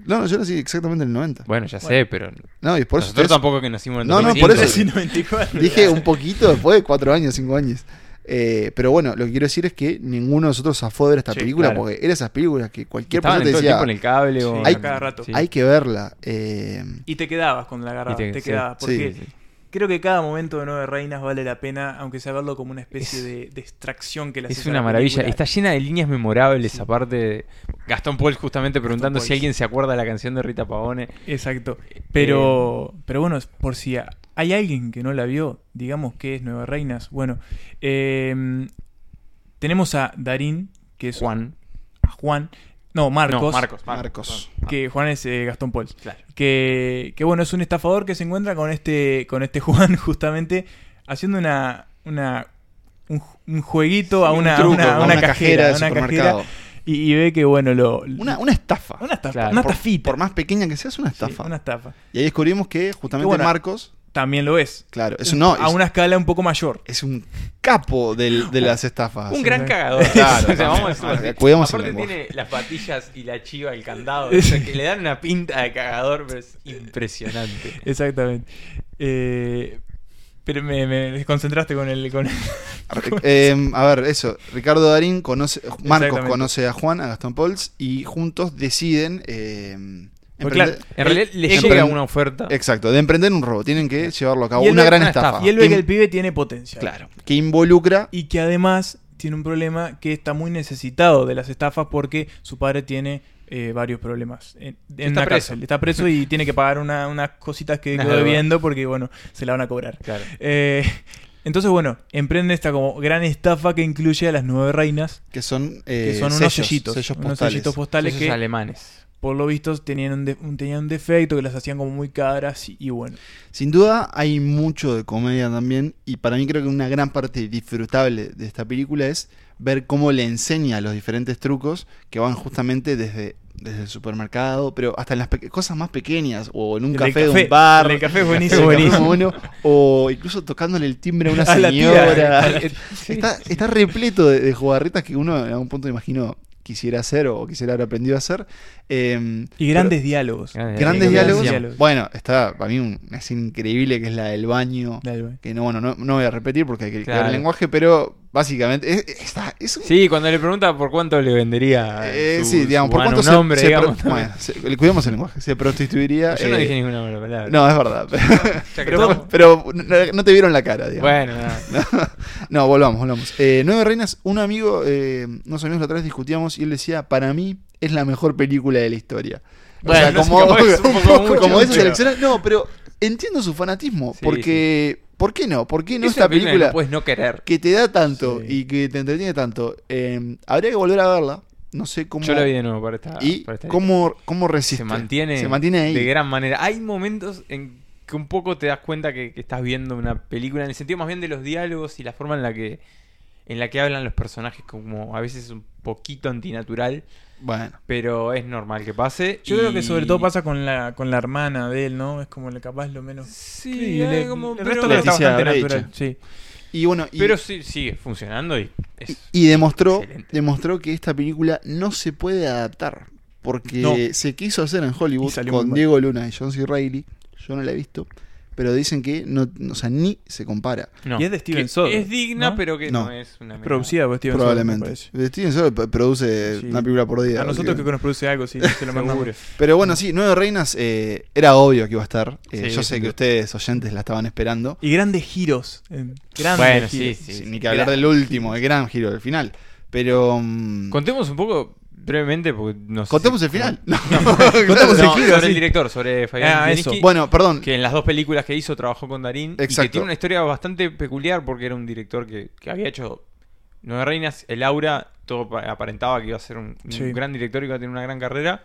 S3: ¿no?
S1: No, yo nací exactamente en el 90.
S3: Bueno, ya sé,
S2: Bueno.
S3: pero
S1: No, y por eso
S3: nosotros
S1: ustedes-
S3: tampoco que nacimos en
S1: No, no, por
S3: 2005.
S1: eso
S2: Sí, 94.
S1: Dije un poquito después de cuatro años, cinco años. Eh, pero bueno, lo que quiero decir es que ninguno de nosotros zafó de ver esta
S2: Sí,
S1: película
S3: claro.
S1: porque era esas películas que cualquier
S3: Estaban
S1: persona te
S3: todo el
S1: decía,
S3: tiempo en el cable o...
S2: Sí,
S1: Hay-
S2: a cada rato.
S3: Sí.
S1: hay que verla. Eh,
S2: Y te quedabas cuando la agarrabas,
S3: Y
S2: te,
S3: te- sí,
S2: quedabas.
S1: sí,
S2: Porque
S3: sí.
S2: creo que cada momento de Nueve Reinas vale la pena, aunque sea verlo como una especie de, de extracción que le
S3: Es
S2: haces a
S3: una
S2: la
S3: maravilla.
S2: película.
S3: Está llena de líneas memorables,
S2: Sí.
S3: aparte de Gastón Paul justamente preguntando
S2: Pauls.
S3: si alguien se acuerda de la canción de Rita Pavone.
S2: Exacto. Pero,
S3: Eh,
S2: pero bueno, es por si a- hay alguien que no la vio, digamos que es Nueva Reinas. Bueno, eh, tenemos a Darín, que es
S3: Juan.
S2: a Juan. No, Marcos.
S3: No, Marcos.
S1: Marcos.
S2: Que Juan es eh, Gastón Paul.
S3: Claro.
S2: Que, que bueno, es un estafador que se encuentra con este, con este Juan, justamente, haciendo una. una un, ju- un jueguito a una,
S1: truco,
S2: una,
S1: a
S2: una
S1: una cajera
S2: cajera,
S1: de
S2: a una
S1: supermercado.
S2: cajera y, y ve que bueno lo
S1: Una, una estafa.
S2: una estafa
S3: Claro.
S2: una
S1: Por-
S2: estafita
S1: Por más pequeña que sea, es una
S2: Sí,
S1: estafa.
S2: una estafa
S1: Y ahí descubrimos que justamente
S2: Que bueno,
S1: Marcos,
S2: también lo es
S1: claro, es, no,
S2: a
S1: es,
S2: una escala un poco mayor.
S1: es un capo del- de las estafas.
S3: Un
S2: Sí,
S3: gran
S2: sí.
S3: cagador.
S1: Ah, Claro,
S3: O sea, vamos a decirlo
S1: claro.
S3: así.
S1: Cuidemos el
S3: Aparte
S1: lenguaje.
S3: tiene las patillas y la chiva, el candado. o sea, que le dan una pinta de cagador, pero es impresionante.
S2: Exactamente. Eh, pero me, me desconcentraste con el. Con el-
S1: Eh, a ver, eso. Ricardo Darín conoce. Marcos
S2: Exactamente.
S1: conoce a Juan, a Gastón Pols, y juntos deciden. eh,
S2: Porque, Pues claro,
S1: emprender-
S3: En realidad le
S1: Emprend-
S3: llega una oferta.
S1: Exacto, de emprender un robo. Tienen que llevarlo a cabo.
S2: Y él
S1: Una
S2: ve-
S1: gran
S3: una
S1: estafa.
S3: estafa.
S2: y él ve que el
S1: Im-
S2: pibe tiene potencia.
S1: Claro. Que involucra.
S2: Y que además tiene un problema que está muy necesitado de las estafas porque su padre tiene eh, varios problemas. En, en
S3: Está
S2: una
S3: preso.
S2: cárcel. Está preso y tiene que pagar una- unas cositas que
S3: Unas
S2: quedó
S3: deudas.
S2: debiendo porque, bueno, se la van a cobrar.
S3: Claro.
S2: Eh, entonces, bueno, emprende esta como gran estafa que incluye a las nueve reinas,
S1: Que son, eh,
S2: que son unos
S1: sellos,
S2: sellitos.
S1: sellos
S2: unos
S1: postales.
S2: sellitos postales
S3: Esos
S2: que
S3: alemanes.
S2: por lo visto tenían un, de- un- tenían un defecto que las hacían como muy caras y, y bueno.
S1: Sin duda hay mucho de comedia también y para mí creo que una gran parte disfrutable de esta película es ver cómo le enseña los diferentes trucos que van justamente desde, desde el supermercado, pero hasta en las pe- cosas más pequeñas o en un
S2: El del
S1: café, de un bar.
S2: el del café es
S1: el
S2: buenísimo.
S1: café bueno, o incluso tocándole el timbre a una
S2: A la
S1: señora.
S2: tía.
S1: Está, está repleto de, de jugarretas que uno en algún punto imagino quisiera hacer o quisiera haber aprendido a hacer. Em,
S2: Y grandes diálogos.
S3: Eh,
S1: Grandes
S2: Grandes
S1: diálogos.
S2: diálogos.
S1: Bueno, está para mí un- es increíble que es la del baño.
S2: Dale, güey.
S1: Que no, bueno, no, no voy a repetir porque hay que cuidar
S3: Claro.
S1: el lenguaje, pero básicamente es, está, es un.
S3: Sí, cuando le pregunta por cuánto le vendería.
S1: eh,
S3: su-
S1: sí, digamos,
S3: su
S1: por
S3: mano,
S1: cuánto
S3: un
S1: se,
S3: hombre,
S1: se pro-
S3: digamos. Pues
S1: bueno, se- le cuidemos el lenguaje, se prostituiría.
S3: Yo no
S1: eh,
S3: dije ninguna mala palabra.
S1: no, es verdad.
S3: Ya que
S1: Pero,
S3: estamos-
S1: pero no, no te vieron la cara, digamos.
S3: bueno, nada.
S1: No, volvamos, volvamos. Eh, Nueve Reinas, un amigo, eh, unos amigos la otra vez discutíamos y él decía, para mí es la mejor película de la historia.
S3: Bueno, no sé,
S1: como,
S3: capaz es un poco mucho,
S1: como esas
S3: pero-
S1: elecciones- No, pero entiendo su fanatismo,
S3: Sí,
S1: porque... ¿Por qué no? ¿Por qué no
S3: Es
S1: esta
S3: una película que
S1: película
S3: no puedes no querer.
S1: que te da tanto
S2: Sí.
S1: y que te entretiene tanto? Eh, habría que volver a verla. No sé cómo...
S3: Yo la vi Ah, de nuevo para esta.
S1: Y
S3: para esta
S1: cómo, cómo resiste.
S3: se mantiene,
S1: Se mantiene ahí.
S3: de gran manera. Hay momentos en que un poco te das cuenta que, que estás viendo una película, en el sentido más bien de los diálogos y la forma en la que en la que hablan los personajes, como a veces un poquito antinatural,
S1: Bueno.
S3: pero es normal que pase.
S2: Yo creo que
S3: y-
S2: sobre todo pasa con la, con la hermana de él, ¿no? Es como le capaz lo menos.
S3: Sí,
S2: le-
S3: hay como-
S2: el
S3: pero,
S2: resto creo que está
S1: Leticia
S2: bastante
S1: Brecht.
S2: natural. Sí.
S1: Y bueno, y-
S3: pero sí, sigue funcionando y es-
S1: Y demostró,
S3: Excelente.
S1: demostró que esta película no se puede adaptar. Porque
S2: No.
S1: se quiso hacer en Hollywood
S2: Y salió muy
S1: con
S2: mal.
S1: Diego Luna y John C. Reilly. Yo no la he visto. Pero dicen que no, o sea, ni se compara.
S3: no,
S2: Y es de Steven
S3: que
S2: Soderbergh,
S3: Es digna,
S2: ¿no?
S3: pero que
S1: No.
S3: no, es una mierda.
S2: Producida por Steven Soderbergh, me
S1: probablemente. Steven Soderbergh produce
S2: Sí.
S1: una película por
S2: parece.
S1: día.
S2: A nosotros creo
S1: básicamente.
S2: que nos produce algo, sí, se lo mandamos.
S3: Seguro.
S1: Pero bueno, sí, Nueve Reinas eh, era obvio que iba a estar. Eh,
S3: Sí,
S1: yo sé
S3: sin
S1: que
S3: duda.
S1: ustedes, oyentes, la estaban esperando.
S2: Y grandes giros. eh, Grandes
S3: Bueno, sí,
S2: giros.
S3: sí.
S1: Sin
S3: sí.
S1: ni que hablar del último, el gran giro del final. Pero. mm,
S3: Contemos un poco brevemente, porque no sé
S1: contemos
S3: si-
S1: el final.
S2: Contemos el
S3: No,
S2: giro,
S3: sobre
S2: sí.
S3: el director, sobre Fabián
S2: Ah, eso.
S3: Litinsky.
S1: Bueno, perdón.
S3: que en las dos películas que hizo trabajó con Darín y
S1: Exacto.
S3: que tiene una historia bastante peculiar porque era un director que, que había hecho Nueve Reinas, El Aura, todo pa- aparentaba que iba a ser un, un
S2: Sí.
S3: gran director y iba a tener una gran carrera.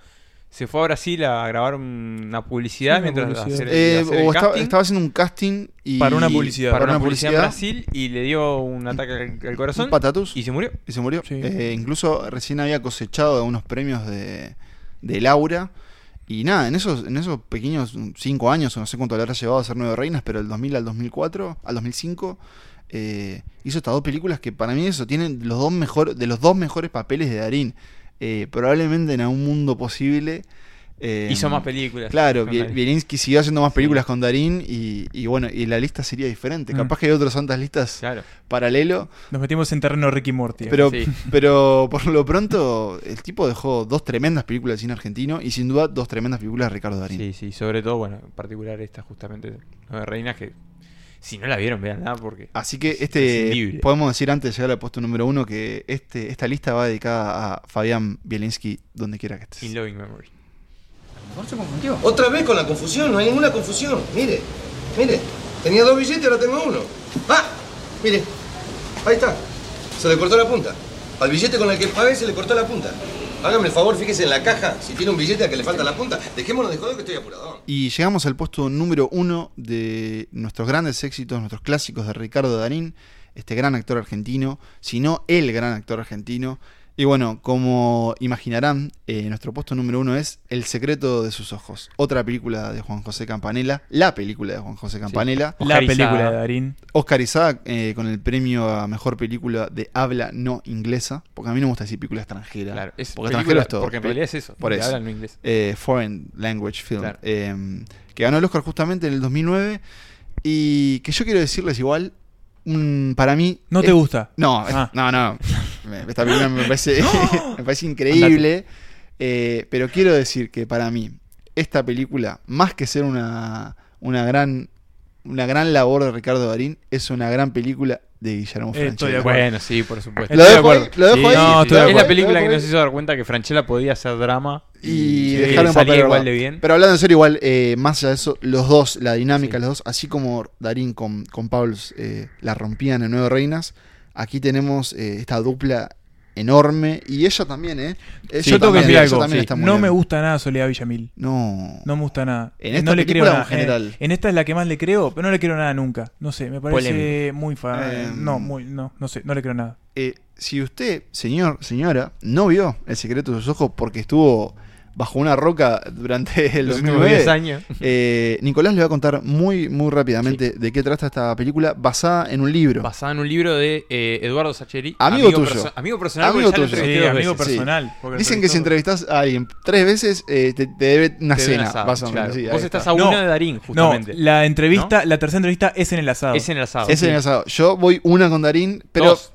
S3: Se fue a Brasil a grabar un- una publicidad
S2: Sí, una
S3: mientras
S2: publicidad.
S3: hacer-
S1: Eh,
S3: hacer
S1: o
S3: el
S1: estaba,
S3: casting.
S1: estaba haciendo un casting y.
S2: Para una publicidad.
S3: para una publicidad en Brasil y le dio un ataque al, al corazón
S1: un patatus.
S3: y se murió.
S1: y se murió.
S2: Sí.
S1: Eh, incluso recién había cosechado unos premios de, de Laura. Y nada, en esos, en esos pequeños cinco años, o no sé cuánto le habrá llevado a ser Nueve Reinas, pero del 2000 al 2004, al 2005, eh, hizo estas dos películas que para mí eso tienen los dos mejor, de los dos mejores papeles de Darín. Eh, probablemente en algún mundo posible. eh,
S3: Hizo más películas.
S1: Claro,
S3: Con
S1: Bie-
S3: la-
S1: Bielinski siguió haciendo más películas con Darín y, y bueno, y la lista sería diferente.
S2: Mm.
S1: Capaz que hay otras tantas listas
S3: Claro.
S1: paralelo,
S2: Nos metimos en terreno Ricky Morty.
S1: pero,
S3: sí.
S1: pero por lo pronto el tipo dejó dos tremendas películas de cine argentino y sin duda dos tremendas películas de Ricardo Darín.
S3: Sí, sí, sobre todo, bueno, en particular esta justamente Nueve Reinas que si no la vieron, vean nada porque
S1: Así que
S3: Es
S1: este
S3: imprescindible.
S1: podemos decir antes de llegar al puesto número uno que este, esta lista va dedicada a Fabián Bielinski donde quiera que estés.
S3: In Loving Memory.
S5: Otra vez con la confusión, no hay ninguna confusión. Mire, mire, tenía dos billetes, ahora tengo uno. ¡Ah! Mire, ahí está. Se le cortó la punta. Al billete con el que pagué se le cortó la punta. Hágame el favor, fíjese en la caja si tiene un billete al que le falta la punta. Dejémonos de joder que estoy apuradón.
S1: Y llegamos al puesto número uno de nuestros grandes éxitos, nuestros clásicos de Ricardo Darín, este gran actor argentino, si no el gran actor argentino. Y bueno, como imaginarán, eh, nuestro puesto número uno es El secreto de sus ojos, otra película de Juan José Campanella, la película de Juan José Campanella,
S2: La
S3: Ojarizada.
S2: película de Darín.
S1: oscarizada eh, con el premio a mejor película de habla no inglesa, porque a mí no me gusta decir película extranjera.
S3: Claro, es
S1: porque extranjero
S3: película-
S1: es todo.
S3: Porque en realidad es eso.
S1: por
S3: que
S1: eso.
S3: Hablan en inglés.
S1: eh, Foreign Language Film,
S3: Claro.
S1: eh, que ganó el Oscar justamente en el 2009 y que yo quiero decirles igual, mm, para mí...
S2: No
S1: es-
S2: te gusta.
S1: No,
S2: Ah.
S1: no, no. Me- Esta película me parece, me parece increíble, eh, pero quiero decir que para mí esta película, más que ser una, una gran... Una gran labor de Ricardo Darín es una gran película de Guillermo
S2: Eh, estoy de
S1: Francella.
S2: acuerdo.
S3: Bueno, sí, por supuesto.
S1: Lo
S2: Estoy de
S1: dejo ahí,
S2: acuerdo.
S1: lo dejo
S3: Sí,
S1: ahí.
S2: No, estoy
S3: sí,
S2: de
S3: sí. Es la
S2: acuerdo.
S3: película que
S5: Estoy de
S3: nos hizo dar cuenta que Franchella podía hacer drama
S1: y
S3: sí,
S1: dejaron
S3: salía
S1: papel
S3: igual
S1: grabado.
S3: de bien.
S1: Pero hablando en serio, igual, eh, más allá de eso, los dos, la dinámica,
S3: Sí.
S1: los dos, así como Darín con, con Pauls eh, la rompían en Nueve Reinas, aquí tenemos eh, esta dupla enorme y ella también, ¿eh? Eh,
S2: Yo tengo
S1: también,
S2: que decir
S1: ella
S2: algo.
S1: también
S2: Sí.
S1: está muy
S2: No
S1: bien.
S2: me gusta nada Soledad Villamil.
S1: No.
S2: No me gusta nada. Eh,
S1: ¿En esta
S2: no le creo
S1: película o
S2: nada.
S1: en general?
S2: Eh, En, esta es la que más le creo, pero no le creo nada nunca. No sé, me parece
S3: Polémica.
S2: muy fa...
S1: Eh,
S2: no, muy, no, no sé, no le creo nada.
S1: Eh, si usted, señor, señora, no vio El secreto de sus ojos porque estuvo bajo una roca durante el
S3: los últimos
S1: 2009,
S3: 10 años.
S1: eh, Nicolás le va a contar muy, muy rápidamente de qué trata esta película basada en un libro.
S3: Basada en un libro de eh, Eduardo Sacheri.
S1: Amigo tuyo.
S3: perso- amigo personal.
S1: Amigo
S3: porque ya lo
S1: tuyo.
S3: entrevisté
S2: Sí,
S3: dos
S2: amigo
S3: veces.
S2: personal. porque
S1: Dicen que si
S2: entrevistó-
S1: entrevistas a alguien tres veces, eh, te, te debe una
S3: Te ven
S1: cena,
S3: asado,
S1: más o menos,
S3: claro.
S1: sí,
S3: Vos
S1: ahí
S3: estás
S1: está.
S3: a uno
S2: No,
S3: de Darín, justamente.
S2: No, la entrevista, la tercera entrevista es en el asado.
S3: Es en el asado.
S1: Ese es asado. Yo voy una con Darín, pero.
S3: Dos.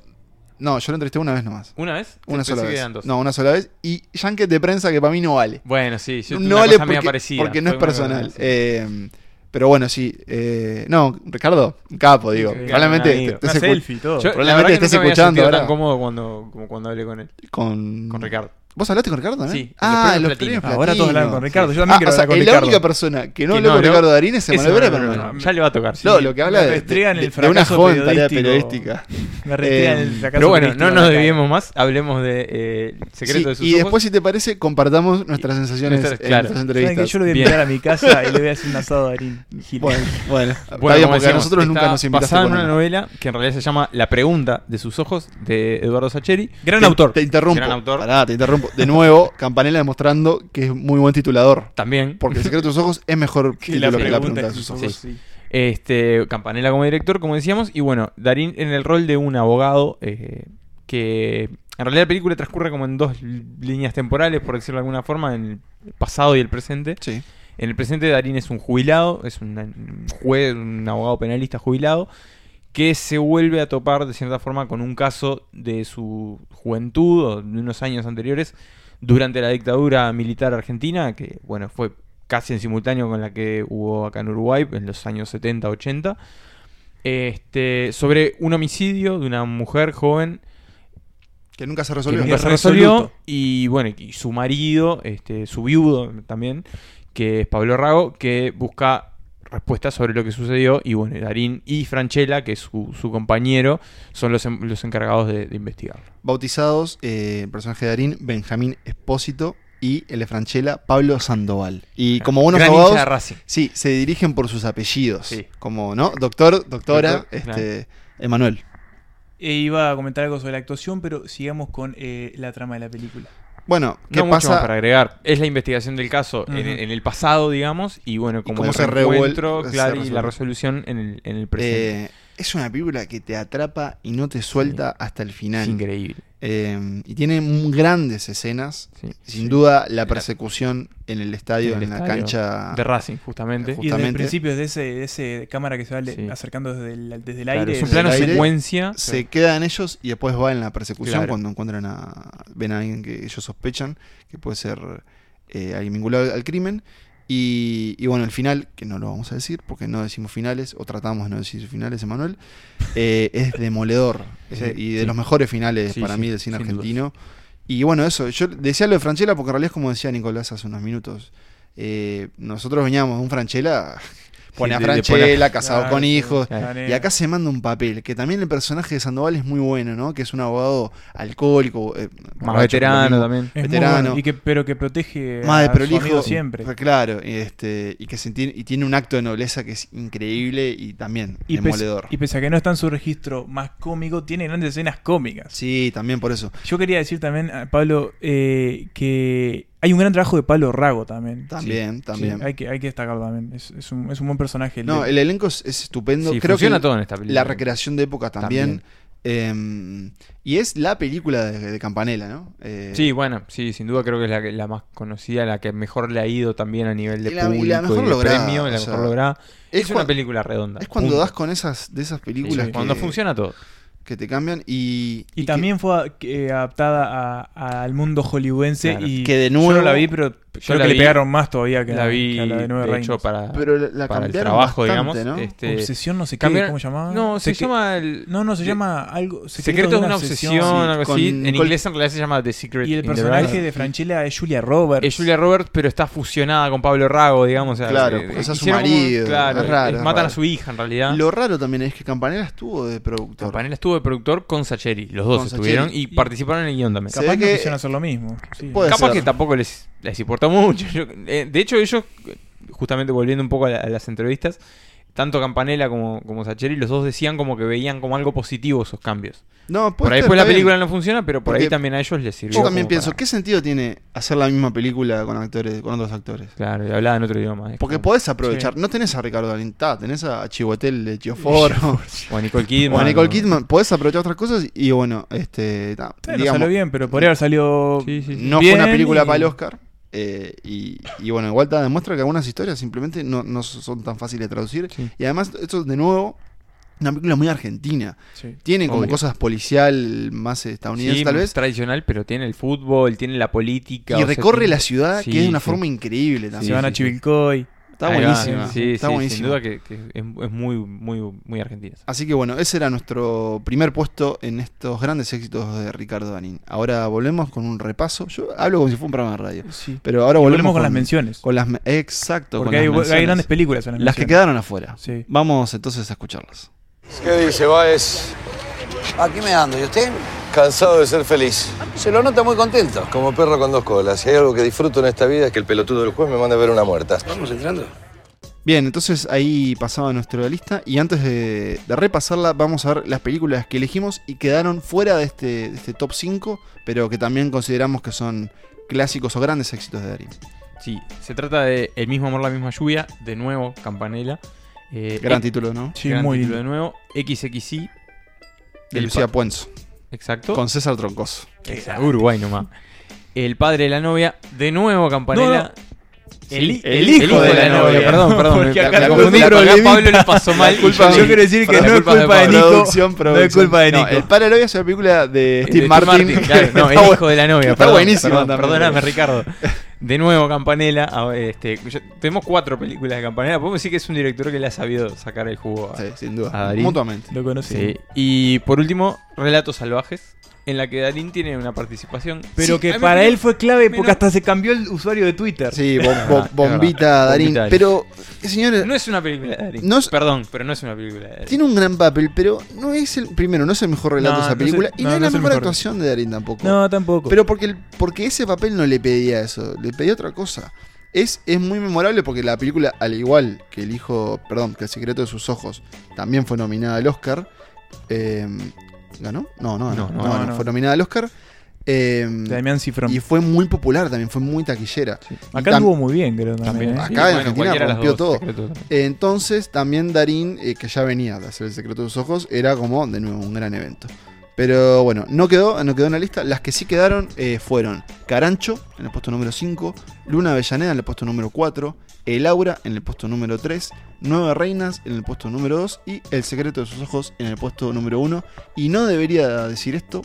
S1: No, yo lo entrevisté una vez nomás.
S3: ¿Una vez?
S1: Una
S3: Pensé
S1: sola
S3: que
S1: vez.
S3: eran dos.
S1: No, una sola vez. Y Yanket de prensa que para mí no vale.
S3: Bueno, sí. yo-
S1: no
S3: una
S1: vale
S3: cosa media
S1: porque,
S3: parecida,
S1: porque no es
S3: fue una cosa
S1: personal.
S3: así.
S1: Eh, pero bueno, sí. eh, no, Ricardo, un capo, digo.
S3: Ricardo,
S1: Probablemente
S3: un amigo.
S1: te- te
S2: Una
S1: secu-
S2: selfie y todo.
S3: Yo,
S1: probablemente
S3: la verdad que
S1: estés
S3: nunca me había
S1: escuchando
S3: sentido tan
S1: ahora.
S3: cómodo cuando, como cuando hablé con él,
S1: con...
S3: con Ricardo.
S1: ¿Vos hablaste con Ricardo también?
S3: Sí,
S1: Ah,
S3: en
S1: los
S3: los
S1: premios
S3: premios Platino.
S2: Ahora todos hablan
S1: Platino.
S2: con Ricardo. Yo
S1: Ah,
S2: también quiero
S1: o sea,
S2: hablar con
S1: la
S2: Ricardo.
S1: única persona que no
S3: Que
S1: habló
S3: no
S1: con
S3: habló.
S1: Ricardo Darín es
S3: Ese
S1: Emanuel
S3: no, no,
S1: Bremer.
S3: no, no, Ya le va a tocar. sí.
S1: No, lo que habla
S2: Me
S1: de,
S2: restregan
S1: de-
S2: el
S1: de una
S2: fracaso
S1: joven tarea
S2: periodístico.
S1: periodística.
S2: Me restregan
S1: Eh,
S2: el fracaso
S3: Pero bueno,
S2: turístico
S3: no
S2: en
S3: nos
S2: la cara.
S3: debíamos más. Hablemos de eh, el secreto
S1: Sí,
S3: de sus
S1: y
S3: ojos.
S1: después, si te parece, compartamos nuestras sensaciones
S3: Nuestras-
S1: en
S3: claro.
S1: nuestras
S2: ¿Saben que
S1: entrevistas.
S2: yo lo voy a
S3: Bien.
S2: invitar a mi casa y le voy a hacer un asado a Darín. Gil.
S1: Bueno, bueno,
S3: Bueno,
S1: está bien,
S3: como
S1: porque a
S3: decíamos,
S1: nosotros nunca
S3: está
S1: nos invitaste.
S3: basada en
S1: con
S3: una
S1: nada.
S3: novela que en realidad se llama La pregunta de sus ojos de Eduardo Sacheri.
S2: Gran
S1: Te-
S2: autor.
S1: Te interrumpo.
S3: Gran autor.
S1: Pará, te interrumpo. De nuevo, Campanella demostrando que es muy buen titulador.
S3: También.
S1: Porque El secreto de sus ojos es mejor
S2: Y
S1: título que la pregunta de
S2: es
S1: sus
S2: sus
S1: ojos.
S2: ojos.
S3: Este, Campanella como director, como decíamos. Y bueno, Darín en el rol de un abogado eh, que... En realidad la película transcurre como en dos l- líneas temporales, por decirlo de alguna forma, en el pasado y el presente.
S1: Sí.
S3: En el presente Darín es un jubilado, es un- un juez, un abogado penalista jubilado, que se vuelve a topar de cierta forma con un caso de su juventud o de unos años anteriores durante la dictadura militar argentina, que bueno, fue casi en simultáneo con la que hubo acá en Uruguay en los años 70, 80, este, sobre un homicidio de una mujer joven
S1: Que nunca se
S3: que
S1: resolvió.
S3: nunca se resolvió. Y bueno, y su marido, este, su viudo también, que es Pablo Rago, que busca respuestas sobre lo que sucedió. Y bueno, Darín y Franchella, que es su, su compañero, son los, en- los encargados de, de investigarlo.
S1: Bautizados, eh, el personaje de Darín, Benjamín Espósito y el de Franchella, Pablo Sandoval. Y como buenos
S3: Gran hincha de
S1: abogados,
S3: Racing.
S1: sí, se dirigen por sus apellidos.
S3: Sí.
S1: Como, ¿no? Doctor, doctora,
S3: Doctor,
S1: este, Emanuel.
S2: E iba a comentar algo sobre la actuación, pero sigamos con eh, la trama de la película.
S1: Bueno, ¿qué
S3: No mucho
S1: pasa?
S3: más para agregar. Es la investigación del caso en,
S2: Ujú.
S3: en el pasado, digamos, y bueno, como
S1: cómo
S3: el
S1: se
S3: reencuentro,
S1: revuel-
S3: claro,
S1: se
S3: y
S1: resuelve.
S3: la resolución en el, en el presente.
S1: Eh, es una película que te atrapa y no te suelta hasta el
S3: es
S1: final.
S3: increíble.
S1: Eh, y tiene mm, grandes escenas.
S3: sí.
S1: Sin
S3: Sí.
S1: duda, la persecución en el estadio,
S3: En
S1: en,
S3: el
S1: la
S3: estadio
S1: cancha.
S3: de Racing,
S1: Ju-
S3: justamente.
S2: Y desde el
S1: Justamente.
S2: principio, de ese, de ese cámara que se va le-
S3: Sí.
S2: acercando desde el, desde el
S3: Claro,
S2: aire.
S3: es un
S2: desde
S3: plano
S2: el aire.
S3: secuencia.
S1: Se quedan ellos y después va en la persecución
S3: Claro.
S1: cuando encuentran a. ven a alguien que ellos sospechan que puede ser eh, alguien vinculado al crimen. Y, y bueno, el final, que no lo vamos a decir porque no decimos finales, o tratamos de no decir finales, Emanuel, eh, es demoledor. Es
S3: Sí,
S1: de- y de
S3: sí.
S1: los mejores finales
S3: Sí,
S1: para
S3: sí,
S1: mí del cine
S3: sin
S1: argentino. Y bueno, eso, yo decía lo de Franchella porque en realidad es como decía Nicolás hace unos minutos. Eh, nosotros veníamos de un Franchella, pone a
S3: de- de poner-
S1: Franchella, casado
S2: Claro,
S1: con
S2: sí.
S1: hijos,
S2: Claro.
S1: y acá se manda un papel, que también el personaje de Sandoval es muy bueno, ¿no? Que es un abogado alcohólico, eh,
S3: Más
S1: borracho,
S3: veterano
S1: lo mismo.
S3: también.
S2: Es muy
S1: veterano.
S2: bueno, y que, pero que protege
S1: Más de
S2: a su amigo
S1: prolijo.
S2: siempre.
S1: Ah, Claro, este, y que se tiene, y tiene un acto de nobleza que es increíble y también
S2: Y pese,
S1: demoledor.
S2: y pese a que no está en su registro más cómico, tiene grandes escenas cómicas.
S1: Sí, también por eso.
S2: Yo quería decir también, a Pablo, eh, que hay un gran trabajo de Pablo Rago también.
S1: También,
S2: Sí,
S1: también.
S2: hay, que, hay que destacarlo también. Es, es un, es un buen personaje.
S1: no, el elenco es, es estupendo.
S3: Sí,
S1: Creo que
S3: funciona todo en esta película.
S1: la recreación de época también. Eh, y es la película de, de Campanella, ¿no? Eh,
S3: Sí, bueno, sí, sin duda creo que es la, que- la más conocida, la que mejor le ha ido también a nivel de
S1: Y la- y
S3: público
S1: la mejor
S3: de
S1: lograda,
S3: premio,
S1: o
S3: la
S1: sea,
S3: mejor lograda. Es,
S1: es
S3: una
S1: cua-
S3: película redonda.
S1: Es cuando
S3: punto.
S1: das con esas de esas películas que,
S3: Sí, cuando funciona todo.
S1: que te cambian y,
S2: Y,
S1: que-
S2: también fue eh, adaptada a- al mundo hollywoodense.
S3: Claro.
S2: Y
S1: que, de nuevo
S2: yo no la vi, pero creo
S3: la
S2: que
S3: vi-
S2: le pegaron más todavía que,
S3: la vi,
S2: que a la de Nueve
S3: de hecho,
S2: Reinos.
S3: para,
S1: pero la- la
S3: Ah, para el
S1: cambiaron
S3: trabajo,
S1: bastante,
S3: digamos.
S1: ¿no?
S3: este,
S2: Obsesión, no sé qué,
S3: cambiaron-
S2: ¿cómo se llamaba?
S3: No,
S2: Sé
S3: se,
S2: que-
S3: llama... el-
S2: No, no, se
S3: de-
S2: llama algo.
S3: Secretos de una obsesión,
S1: sí,
S3: algo así.
S1: con
S3: En
S1: Nicole-
S3: inglés en realidad se llama The Secret.
S2: Y el
S3: in the Right.
S2: personaje de Franchella es Julia Roberts.
S3: Es Julia Roberts, pero está fusionada con Pablo Rago, digamos. o sea, eh,
S1: Claro, porque es a su
S3: hicieron como-
S1: marido,
S3: claro,
S1: es raro, es
S3: matan
S1: raro.
S3: a su hija en realidad.
S1: Lo raro también es que Campanella estuvo de productor.
S3: Campanella estuvo de productor con Sacheri. Los dos
S1: Con
S3: estuvieron
S1: Sacheri.
S3: y participaron en el guión también.
S1: Se
S2: Capaz
S1: ve
S2: no
S1: que-
S2: quisieron hacer lo mismo. sí.
S1: Puede
S3: Capaz
S1: ser.
S3: que tampoco les, les importó mucho. Yo- eh, de hecho, ellos, justamente volviendo un poco a, la- a las entrevistas, tanto Campanella como, como Sacheri, los dos decían como que veían como algo positivo esos cambios.
S1: No,
S3: Por
S1: puede
S3: ahí
S1: ser,
S3: después la
S1: está bien.
S3: película no funciona, pero por ahí
S1: Porque
S3: también a ellos les sirvió.
S1: Yo también
S3: como
S1: pienso,
S3: para-
S1: ¿qué sentido tiene hacer la misma película con actores, con otros actores?
S3: Claro, y hablaba en otro idioma. es
S1: Porque
S3: como-
S1: podés aprovechar, no tenés a Ricardo Darín, ta, tenés a Chihuetel de Chioforo,
S3: O a Nicole Kidman.
S1: o a Nicole
S3: ¿no?
S1: Kidman, podés aprovechar otras cosas y bueno, este, ta,
S2: Sí, no
S1: digamos,
S2: salió bien, pero podría haber salido.
S3: Sí, sí, sí.
S1: no fue una
S2: bien
S1: película
S2: y-
S1: para el Oscar. eh, y, y bueno, igual te demuestra que algunas historias simplemente no, no son tan fáciles de traducir.
S3: Sí.
S1: Y además, esto de nuevo, una película muy argentina.
S2: Sí.
S1: Tiene como
S3: Obvio.
S1: cosas policial más estadounidense
S3: Sí,
S1: tal vez.
S3: tradicional, pero tiene el fútbol, tiene la política.
S1: Y
S3: o sea,
S1: recorre
S3: tiene-
S1: la ciudad,
S3: Sí,
S1: que es de una
S3: sí.
S1: forma increíble
S2: Se
S1: también.
S2: van
S3: sí,
S2: a
S3: sí.
S2: Chivilcoy.
S1: Está
S3: Ahí va,
S1: buenísima.
S3: sí, sí,
S1: está
S3: sí,
S1: buenísima.
S3: Sin duda que, que es, es muy, muy, muy argentina.
S1: Así que bueno, ese era nuestro primer puesto en estos grandes éxitos de Ricardo Danín. Ahora volvemos con un repaso. Yo hablo como si fuera un programa de radio.
S2: Sí.
S1: Pero ahora
S2: Y
S1: volvemos,
S2: volvemos con las menciones.
S1: con las me- exacto, con
S2: Porque
S1: las
S2: hay, hay
S1: menciones.
S2: grandes películas en las,
S1: Las que
S2: menciones.
S1: quedaron afuera.
S2: Sí.
S1: Vamos entonces a escucharlas.
S6: ¿Qué dice, Baez?
S4: Aquí me ando, ¿y usted?
S6: Cansado de ser feliz.
S4: Se lo nota muy contento.
S6: Como perro con dos colas. Si hay algo que disfruto en esta vida es que el pelotudo del juez me manda a ver una muerta.
S4: ¿Vamos entrando?
S1: Bien, entonces ahí pasaba nuestra lista y antes de, de repasarla vamos a ver las películas que elegimos y quedaron fuera de este, de este top 5, pero que también consideramos que son clásicos o grandes éxitos de Darín.
S3: Sí, se trata de El mismo amor, la misma lluvia. De nuevo, Campanella. Eh,
S1: Gran
S3: eh,
S1: título, ¿no?
S2: Sí,
S3: gran
S2: muy
S3: título de
S2: lindo.
S3: nuevo. XXI.
S1: De
S3: El
S1: Lucía
S3: pa-
S1: Puenzo,
S3: Exacto.
S1: con César Troncoso.
S3: Exacto, Uruguay nomás. El padre de la novia. De nuevo, Campanella.
S2: No, no.
S3: El,
S2: Sí, el hijo de la novia.
S3: Perdón, perdón.
S2: Porque
S3: me-
S2: acá
S3: me
S2: no
S3: confundí,
S1: la
S3: pero acá
S1: problemi-
S3: Pablo la pasó mal. y
S1: culpa
S3: yo-
S1: de-
S2: Yo quiero decir que
S3: Perdón,
S2: no es culpa de
S3: Pablo.
S2: Nico.
S1: Producción,
S2: No es
S1: producción.
S2: culpa de
S1: No,
S2: Nico.
S1: el padre de la novia es una película de Steve
S3: De
S1: Martin.
S3: Este claro, no,
S1: Está
S3: el
S1: bu-
S3: hijo de la novia.
S1: está
S3: perdón,
S1: buenísimo
S3: perdón,
S1: también.
S3: perdóname, Ricardo. De nuevo, Campanella. a- este, yo- tenemos cuatro películas de Campanella. Podemos decir que es un director que le ha sabido sacar el jugo a,
S1: Sí, sin
S3: a
S1: duda.
S3: Darín.
S1: Mutuamente.
S2: Lo conocí.
S3: Sí. Y por último, Relatos Salvajes. en la que Darín tiene una participación.
S2: Pero
S3: Sí, a
S2: que
S3: mí
S2: para
S3: me-
S2: él fue clave porque
S3: menos-
S2: hasta se cambió el usuario de Twitter.
S1: Sí, bom- bom- bombita,
S3: verdad.
S1: Darín.
S3: Bombita, Darín.
S1: Pero, eh, señores,
S3: No es una película de Darín.
S1: No es-
S3: Perdón, pero no es una película de Darín.
S1: tiene un gran papel, pero no es el. Primero, no es el mejor relato
S2: No,
S1: de esa
S2: no
S1: película.
S2: es el-
S1: y
S2: no,
S1: no, es
S2: no
S1: la
S2: es el
S1: mejor,
S2: mejor.
S1: actuación de Darín tampoco.
S2: No, tampoco.
S1: Pero porque, el- porque ese papel no le pedía eso, le pedía otra cosa. Es, es muy memorable porque la película, al igual que el hijo, perdón, que el secreto de sus ojos, también fue nominada al Oscar. Eh, ¿Ganó? No, no, ganó.
S3: No, no,
S1: No,
S2: no,
S1: no,
S2: no.
S1: fue nominada al Oscar. Eh,
S2: De Damián Cifrón.
S1: y fue muy popular también, fue muy taquillera.
S2: Acá
S1: tam-
S2: anduvo muy bien, creo.
S1: También.
S2: También. ¿eh?
S1: acá en Argentina
S3: cualquiera de las
S1: rompió
S3: dos,
S1: todo.
S3: secreto también.
S1: Entonces, también Darín, eh, que ya venía de hacer El Secreto de sus Ojos, era como, de nuevo, un gran evento. Pero bueno, no quedó, no quedó en la lista. Las que sí quedaron eh, fueron Carancho en el puesto número 5, Luna Avellaneda en el puesto número 4, El Aura en el puesto número 3, Nueve Reinas en el puesto número 2 y El Secreto de sus Ojos en el puesto número 1. Y no debería decir esto,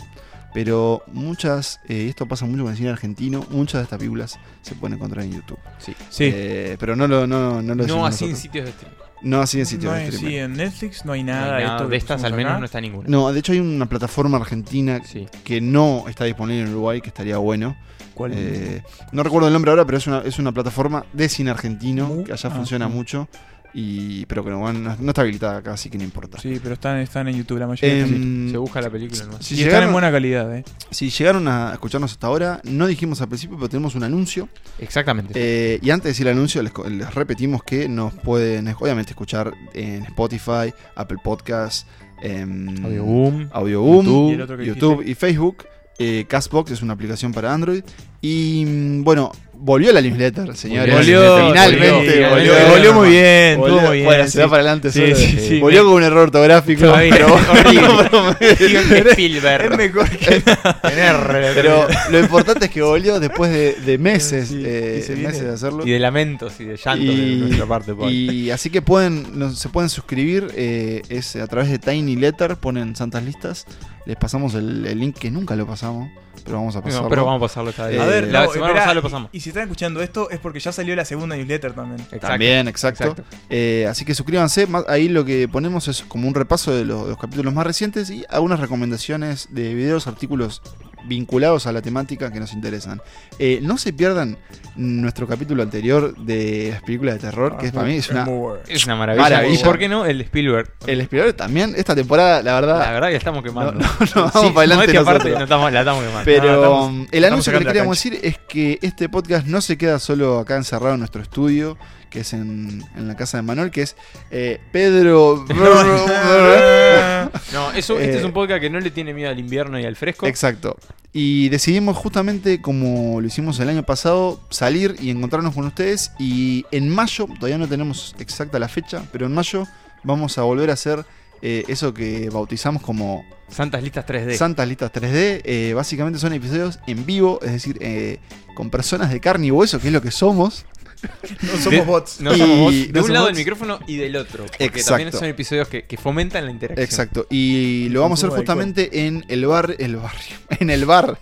S1: pero muchas, eh, y esto pasa mucho con el cine argentino, muchas de estas películas se pueden encontrar en YouTube.
S2: Sí.
S1: Eh, pero no lo, no, no lo decimos
S3: No así en
S1: nosotros.
S3: sitios de streaming.
S1: No así en sitio
S2: No
S1: de
S2: hay-
S1: streaming.
S2: sí, en Netflix no hay
S3: No hay
S2: nada.
S3: nada,
S2: esto
S3: de
S2: que
S3: estas al
S2: pusimos
S3: menos
S2: acá.
S3: no está ninguna.
S1: No, de hecho hay una plataforma argentina
S3: Sí.
S1: que no está disponible en Uruguay, que estaría bueno.
S2: ¿Cuál?
S1: Eh, no recuerdo el nombre ahora, pero es una, es una plataforma de cine argentino,
S2: Mu-
S1: que allá
S2: ah,
S1: funciona
S2: sí.
S1: mucho, y pero que no, van- no- no está habilitada acá, así que no importa.
S2: Sí, pero están, están en YouTube la mayoría.
S1: Em,
S2: también.
S3: Se busca la película nomás.
S1: si,
S2: y están en
S1: llegaron,
S2: buena calidad, ¿eh?
S1: si llegaron a escucharnos hasta ahora, no dijimos al principio, pero tenemos un anuncio.
S3: Exactamente.
S1: Eh, y antes de decir el anuncio, les, co- les repetimos que nos pueden, obviamente, escuchar en Spotify, Apple Podcasts, em,
S2: Mm.
S3: Boom.
S1: Audioboom,
S2: YouTube. ¿Y el otro
S1: YouTube,
S2: que
S1: y Facebook. Eh, Castbox es una aplicación para Android. Y mm, bueno, volvió la newsletter, señores. Este,
S3: Volvió,
S1: finalmente
S3: volvió,
S1: volvió.
S3: volvió, volvió
S2: muy bien,
S1: Volvió-
S2: estuvo muy bien,
S1: Bueno, se
S2: sí.
S1: va para adelante.
S2: Sí,
S1: solo. eh,
S2: sí, sí.
S1: Volvió con un error ortográfico. Pero,
S2: Es
S3: Spielberg.
S2: mejor que
S1: pero lo importante es que volvió después de, de meses,
S2: Sí,
S1: eh,
S2: y se viene-
S1: meses de hacerlo.
S3: Y de lamentos y de llantos de nuestra parte. pues. Paul.
S1: y así que pueden no, se pueden suscribir eh, es a través de Tiny Letter ponen santas listas les pasamos el, el link que nunca lo pasamos pero vamos a
S3: No,
S1: pasarlo
S3: pero vamos a pasarlo esta vez.
S1: Eh,
S2: A ver,
S3: la
S2: no,
S3: semana
S2: esperá,
S3: pasada lo
S2: y-
S3: pasamos.
S2: Y, si están escuchando esto es porque ya salió la segunda newsletter también.
S3: Exacto.
S1: También, exacto.
S3: Exacto.
S1: Eh, así que suscríbanse. Más- Ahí lo que ponemos es como un repaso de los, de los capítulos más recientes y algunas recomendaciones de videos, artículos vinculados a la temática que nos interesan. Eh, no se pierdan nuestro capítulo anterior de las películas de terror, que es para mí es una...
S3: Es una maravilla.
S1: Maravilla.
S3: ¿Y por qué no el de Spielberg?
S1: El espiral también, esta temporada, la verdad...
S3: La verdad que estamos quemando.
S1: No, no, vamos para adelante
S3: es que aparte
S1: nosotros.
S3: no estamos, la estamos quemando.
S1: Pero
S2: No, estamos-
S1: um, el
S2: estamos
S1: anuncio que
S2: sacando
S1: les
S2: la
S1: queríamos decir es que este podcast no se queda solo acá encerrado en nuestro estudio, que es en, en la casa de Manuel, que es eh, Pedro...
S3: No, eso, este
S1: Eh,
S3: es un podcast que no le tiene miedo al invierno y al fresco.
S1: Exacto. Y decidimos justamente, como lo hicimos el año pasado, salir y encontrarnos con ustedes. Y en mayo, todavía no tenemos exacta la fecha, pero en mayo vamos a volver a hacer eh, eso que bautizamos como
S3: Santas listas 3D.
S1: Santas Listas 3D. Eh, básicamente son episodios en vivo, es decir, eh, con personas de carne y hueso, que es lo que somos.
S2: No
S3: De-
S2: somos bots.
S3: No
S1: Y-
S3: somos bots.
S1: no
S3: De un
S1: somos
S3: lado
S1: bots.
S3: del micrófono y del otro. Porque
S1: Exacto.
S3: también son episodios que, que fomentan la interacción.
S1: Exacto. Y lo vamos a hacer
S2: consumo de
S1: justamente en el bar, el barrio, en el bar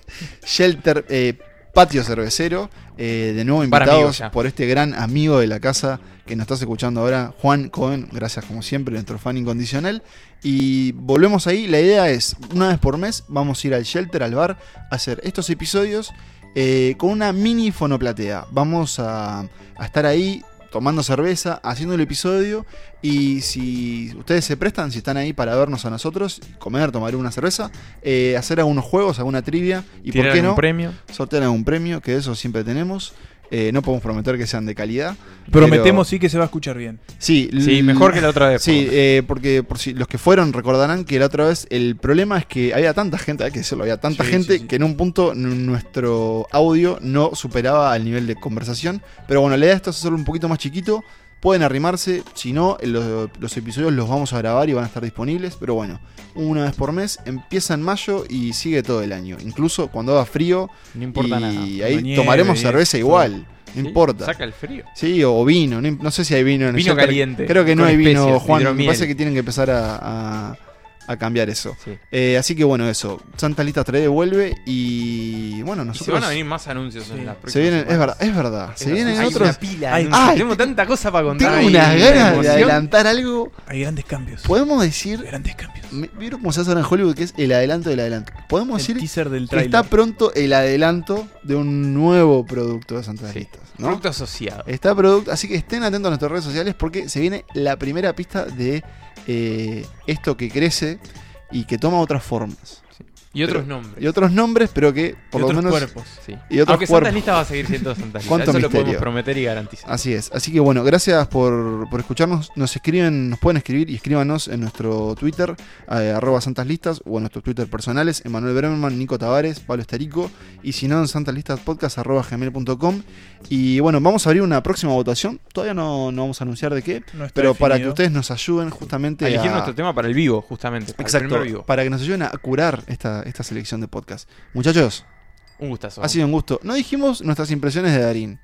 S1: Shelter eh, Patio Cervecero. eh, de nuevo
S3: Bar amigo
S1: invitados
S3: ya.
S1: por este gran amigo de la casa que nos estás escuchando ahora, Juan Cohen. Gracias como siempre, nuestro fan incondicional. Y volvemos ahí. La idea es, una vez por mes, vamos a ir al Shelter, al bar, a hacer estos episodios eh, con una mini fonoplatea. Vamos a, a estar ahí tomando cerveza, haciendo el episodio y si ustedes se prestan, si están ahí para vernos a nosotros, comer, tomar una cerveza, eh, hacer algunos juegos, alguna trivia y por
S3: Tirar
S1: qué
S3: un
S1: no
S3: premio.
S1: sortear algún premio, que de eso siempre tenemos. Eh, no podemos prometer que sean de calidad.
S2: Prometemos sí que se va a escuchar bien.
S1: pero- sí,
S3: Sí,
S1: l-
S3: mejor que la otra vez. por lo
S1: Sí,
S3: menos.
S1: eh, porque por si los que fueron recordarán que la otra vez el problema es que había tanta gente, hay que decirlo, había tanta
S2: Sí,
S1: gente
S2: sí, sí.
S1: que en un punto n- nuestro audio no superaba al nivel de conversación. Pero bueno, la idea de esto es hacerlo un poquito más chiquito. Pueden arrimarse, si no, eh, lo- los episodios los vamos a grabar y van a estar disponibles. Pero bueno, una vez por mes, empieza en mayo y sigue todo el año. Incluso cuando haga frío
S3: No importa
S1: eh, y
S3: nada.
S1: ahí
S2: Como nieve,
S1: tomaremos
S2: y
S1: cerveza
S2: eso.
S1: igual, no
S3: Sí,
S1: importa.
S3: Saca el frío.
S1: Sí, o o vino, no, im- no sé si hay vino en el
S3: Vino
S1: shelter.
S3: caliente,
S1: Creo que no
S3: con
S1: hay vino,
S3: especias,
S1: Juan. Me
S3: hidromiel.
S1: parece que tienen que empezar a, a- a cambiar eso.
S3: Sí.
S1: Eh, así que bueno, eso. Santa Lita 3 devuelve y bueno,
S3: Y
S1: nosotros...
S3: se van a venir más anuncios en las próximas.
S1: se vienen, es
S3: semanas.
S1: verdad, es verdad. se
S3: verdad.
S1: vienen
S3: Hay
S1: otros...
S3: una pila.
S2: Ay,
S3: ¿no?
S1: ay,
S3: tenemos
S1: te-
S3: tanta cosa para contar.
S1: Tengo
S3: ahí,
S1: unas
S3: una
S1: ganas de
S3: emoción.
S1: adelantar algo.
S2: Hay grandes cambios.
S1: Podemos decir...
S2: Grandes cambios.
S1: me- ¿Vieron cómo se hace ahora en Hollywood? Que es el adelanto del adelanto. Podemos
S2: El
S1: decir
S2: teaser del
S1: que está
S2: trailer.
S1: pronto el adelanto de un nuevo producto de Santa
S3: Sí.
S1: Listas, ¿no?
S3: Producto asociado.
S1: Está producto, así que estén atentos a nuestras redes sociales porque se viene la primera pista de eh, esto que crece y que toma otras formas.
S3: Y otros nombres.
S1: Y otros nombres, pero que por lo
S2: otros
S1: menos.
S2: cuerpos.
S3: Sí.
S1: y otros
S3: Aunque
S1: cuerpos.
S3: Santas Listas va a seguir siendo Santas Listas.
S1: Cuánto
S3: Eso lo
S1: misterio.
S3: podemos prometer y garantizar.
S1: Así es. Así que bueno, gracias por, por escucharnos. Nos escriben, nos pueden escribir y escríbanos en nuestro Twitter, eh, arroba Santas Listas, o en nuestros Twitter personales, Emanuel Bremerman, Nico Tavares, Pablo Estarico, y si no, en santaslistaspodcast, arroba gmail.com. Y bueno, vamos a abrir una próxima votación. Todavía no, no vamos a anunciar de qué,
S2: No está
S1: pero para que
S2: definido.
S1: ustedes nos ayuden justamente
S3: A elegir
S1: a-
S3: nuestro tema para el vivo, justamente. Para el
S1: Exacto,
S3: primer vivo.
S1: para que nos ayuden a curar esta, esta selección de podcast. Muchachos,
S3: Un gustazo.
S1: ha sido un gusto. No dijimos nuestras impresiones de Darín.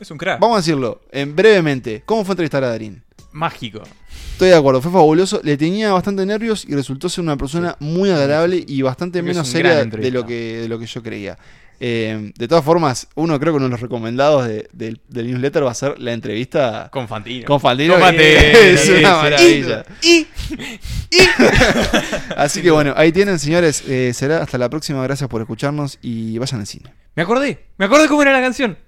S2: Es un crack.
S1: Vamos a decirlo en brevemente. ¿Cómo fue entrevistar a Darín?
S3: Mágico.
S1: Estoy de acuerdo, fue fabuloso. Le tenía bastante nervios y resultó ser una persona muy agradable y bastante
S3: Creo que es
S1: menos
S3: un
S1: seria
S3: gran
S1: de lo,
S3: entrevistado.
S1: que, de lo que yo creía. Eh, de todas formas, uno creo que uno de los recomendados de- del- del newsletter va a ser la entrevista
S3: Con Fantino.
S1: con Faldino.
S3: Con
S1: que Es
S3: Fantino, sí,
S1: una
S3: sí.
S1: maravilla. Así que bueno, ahí tienen, señores. Eh, será hasta la próxima. Gracias por escucharnos y vayan al cine.
S3: Me acordé. Me acordé cómo era la canción.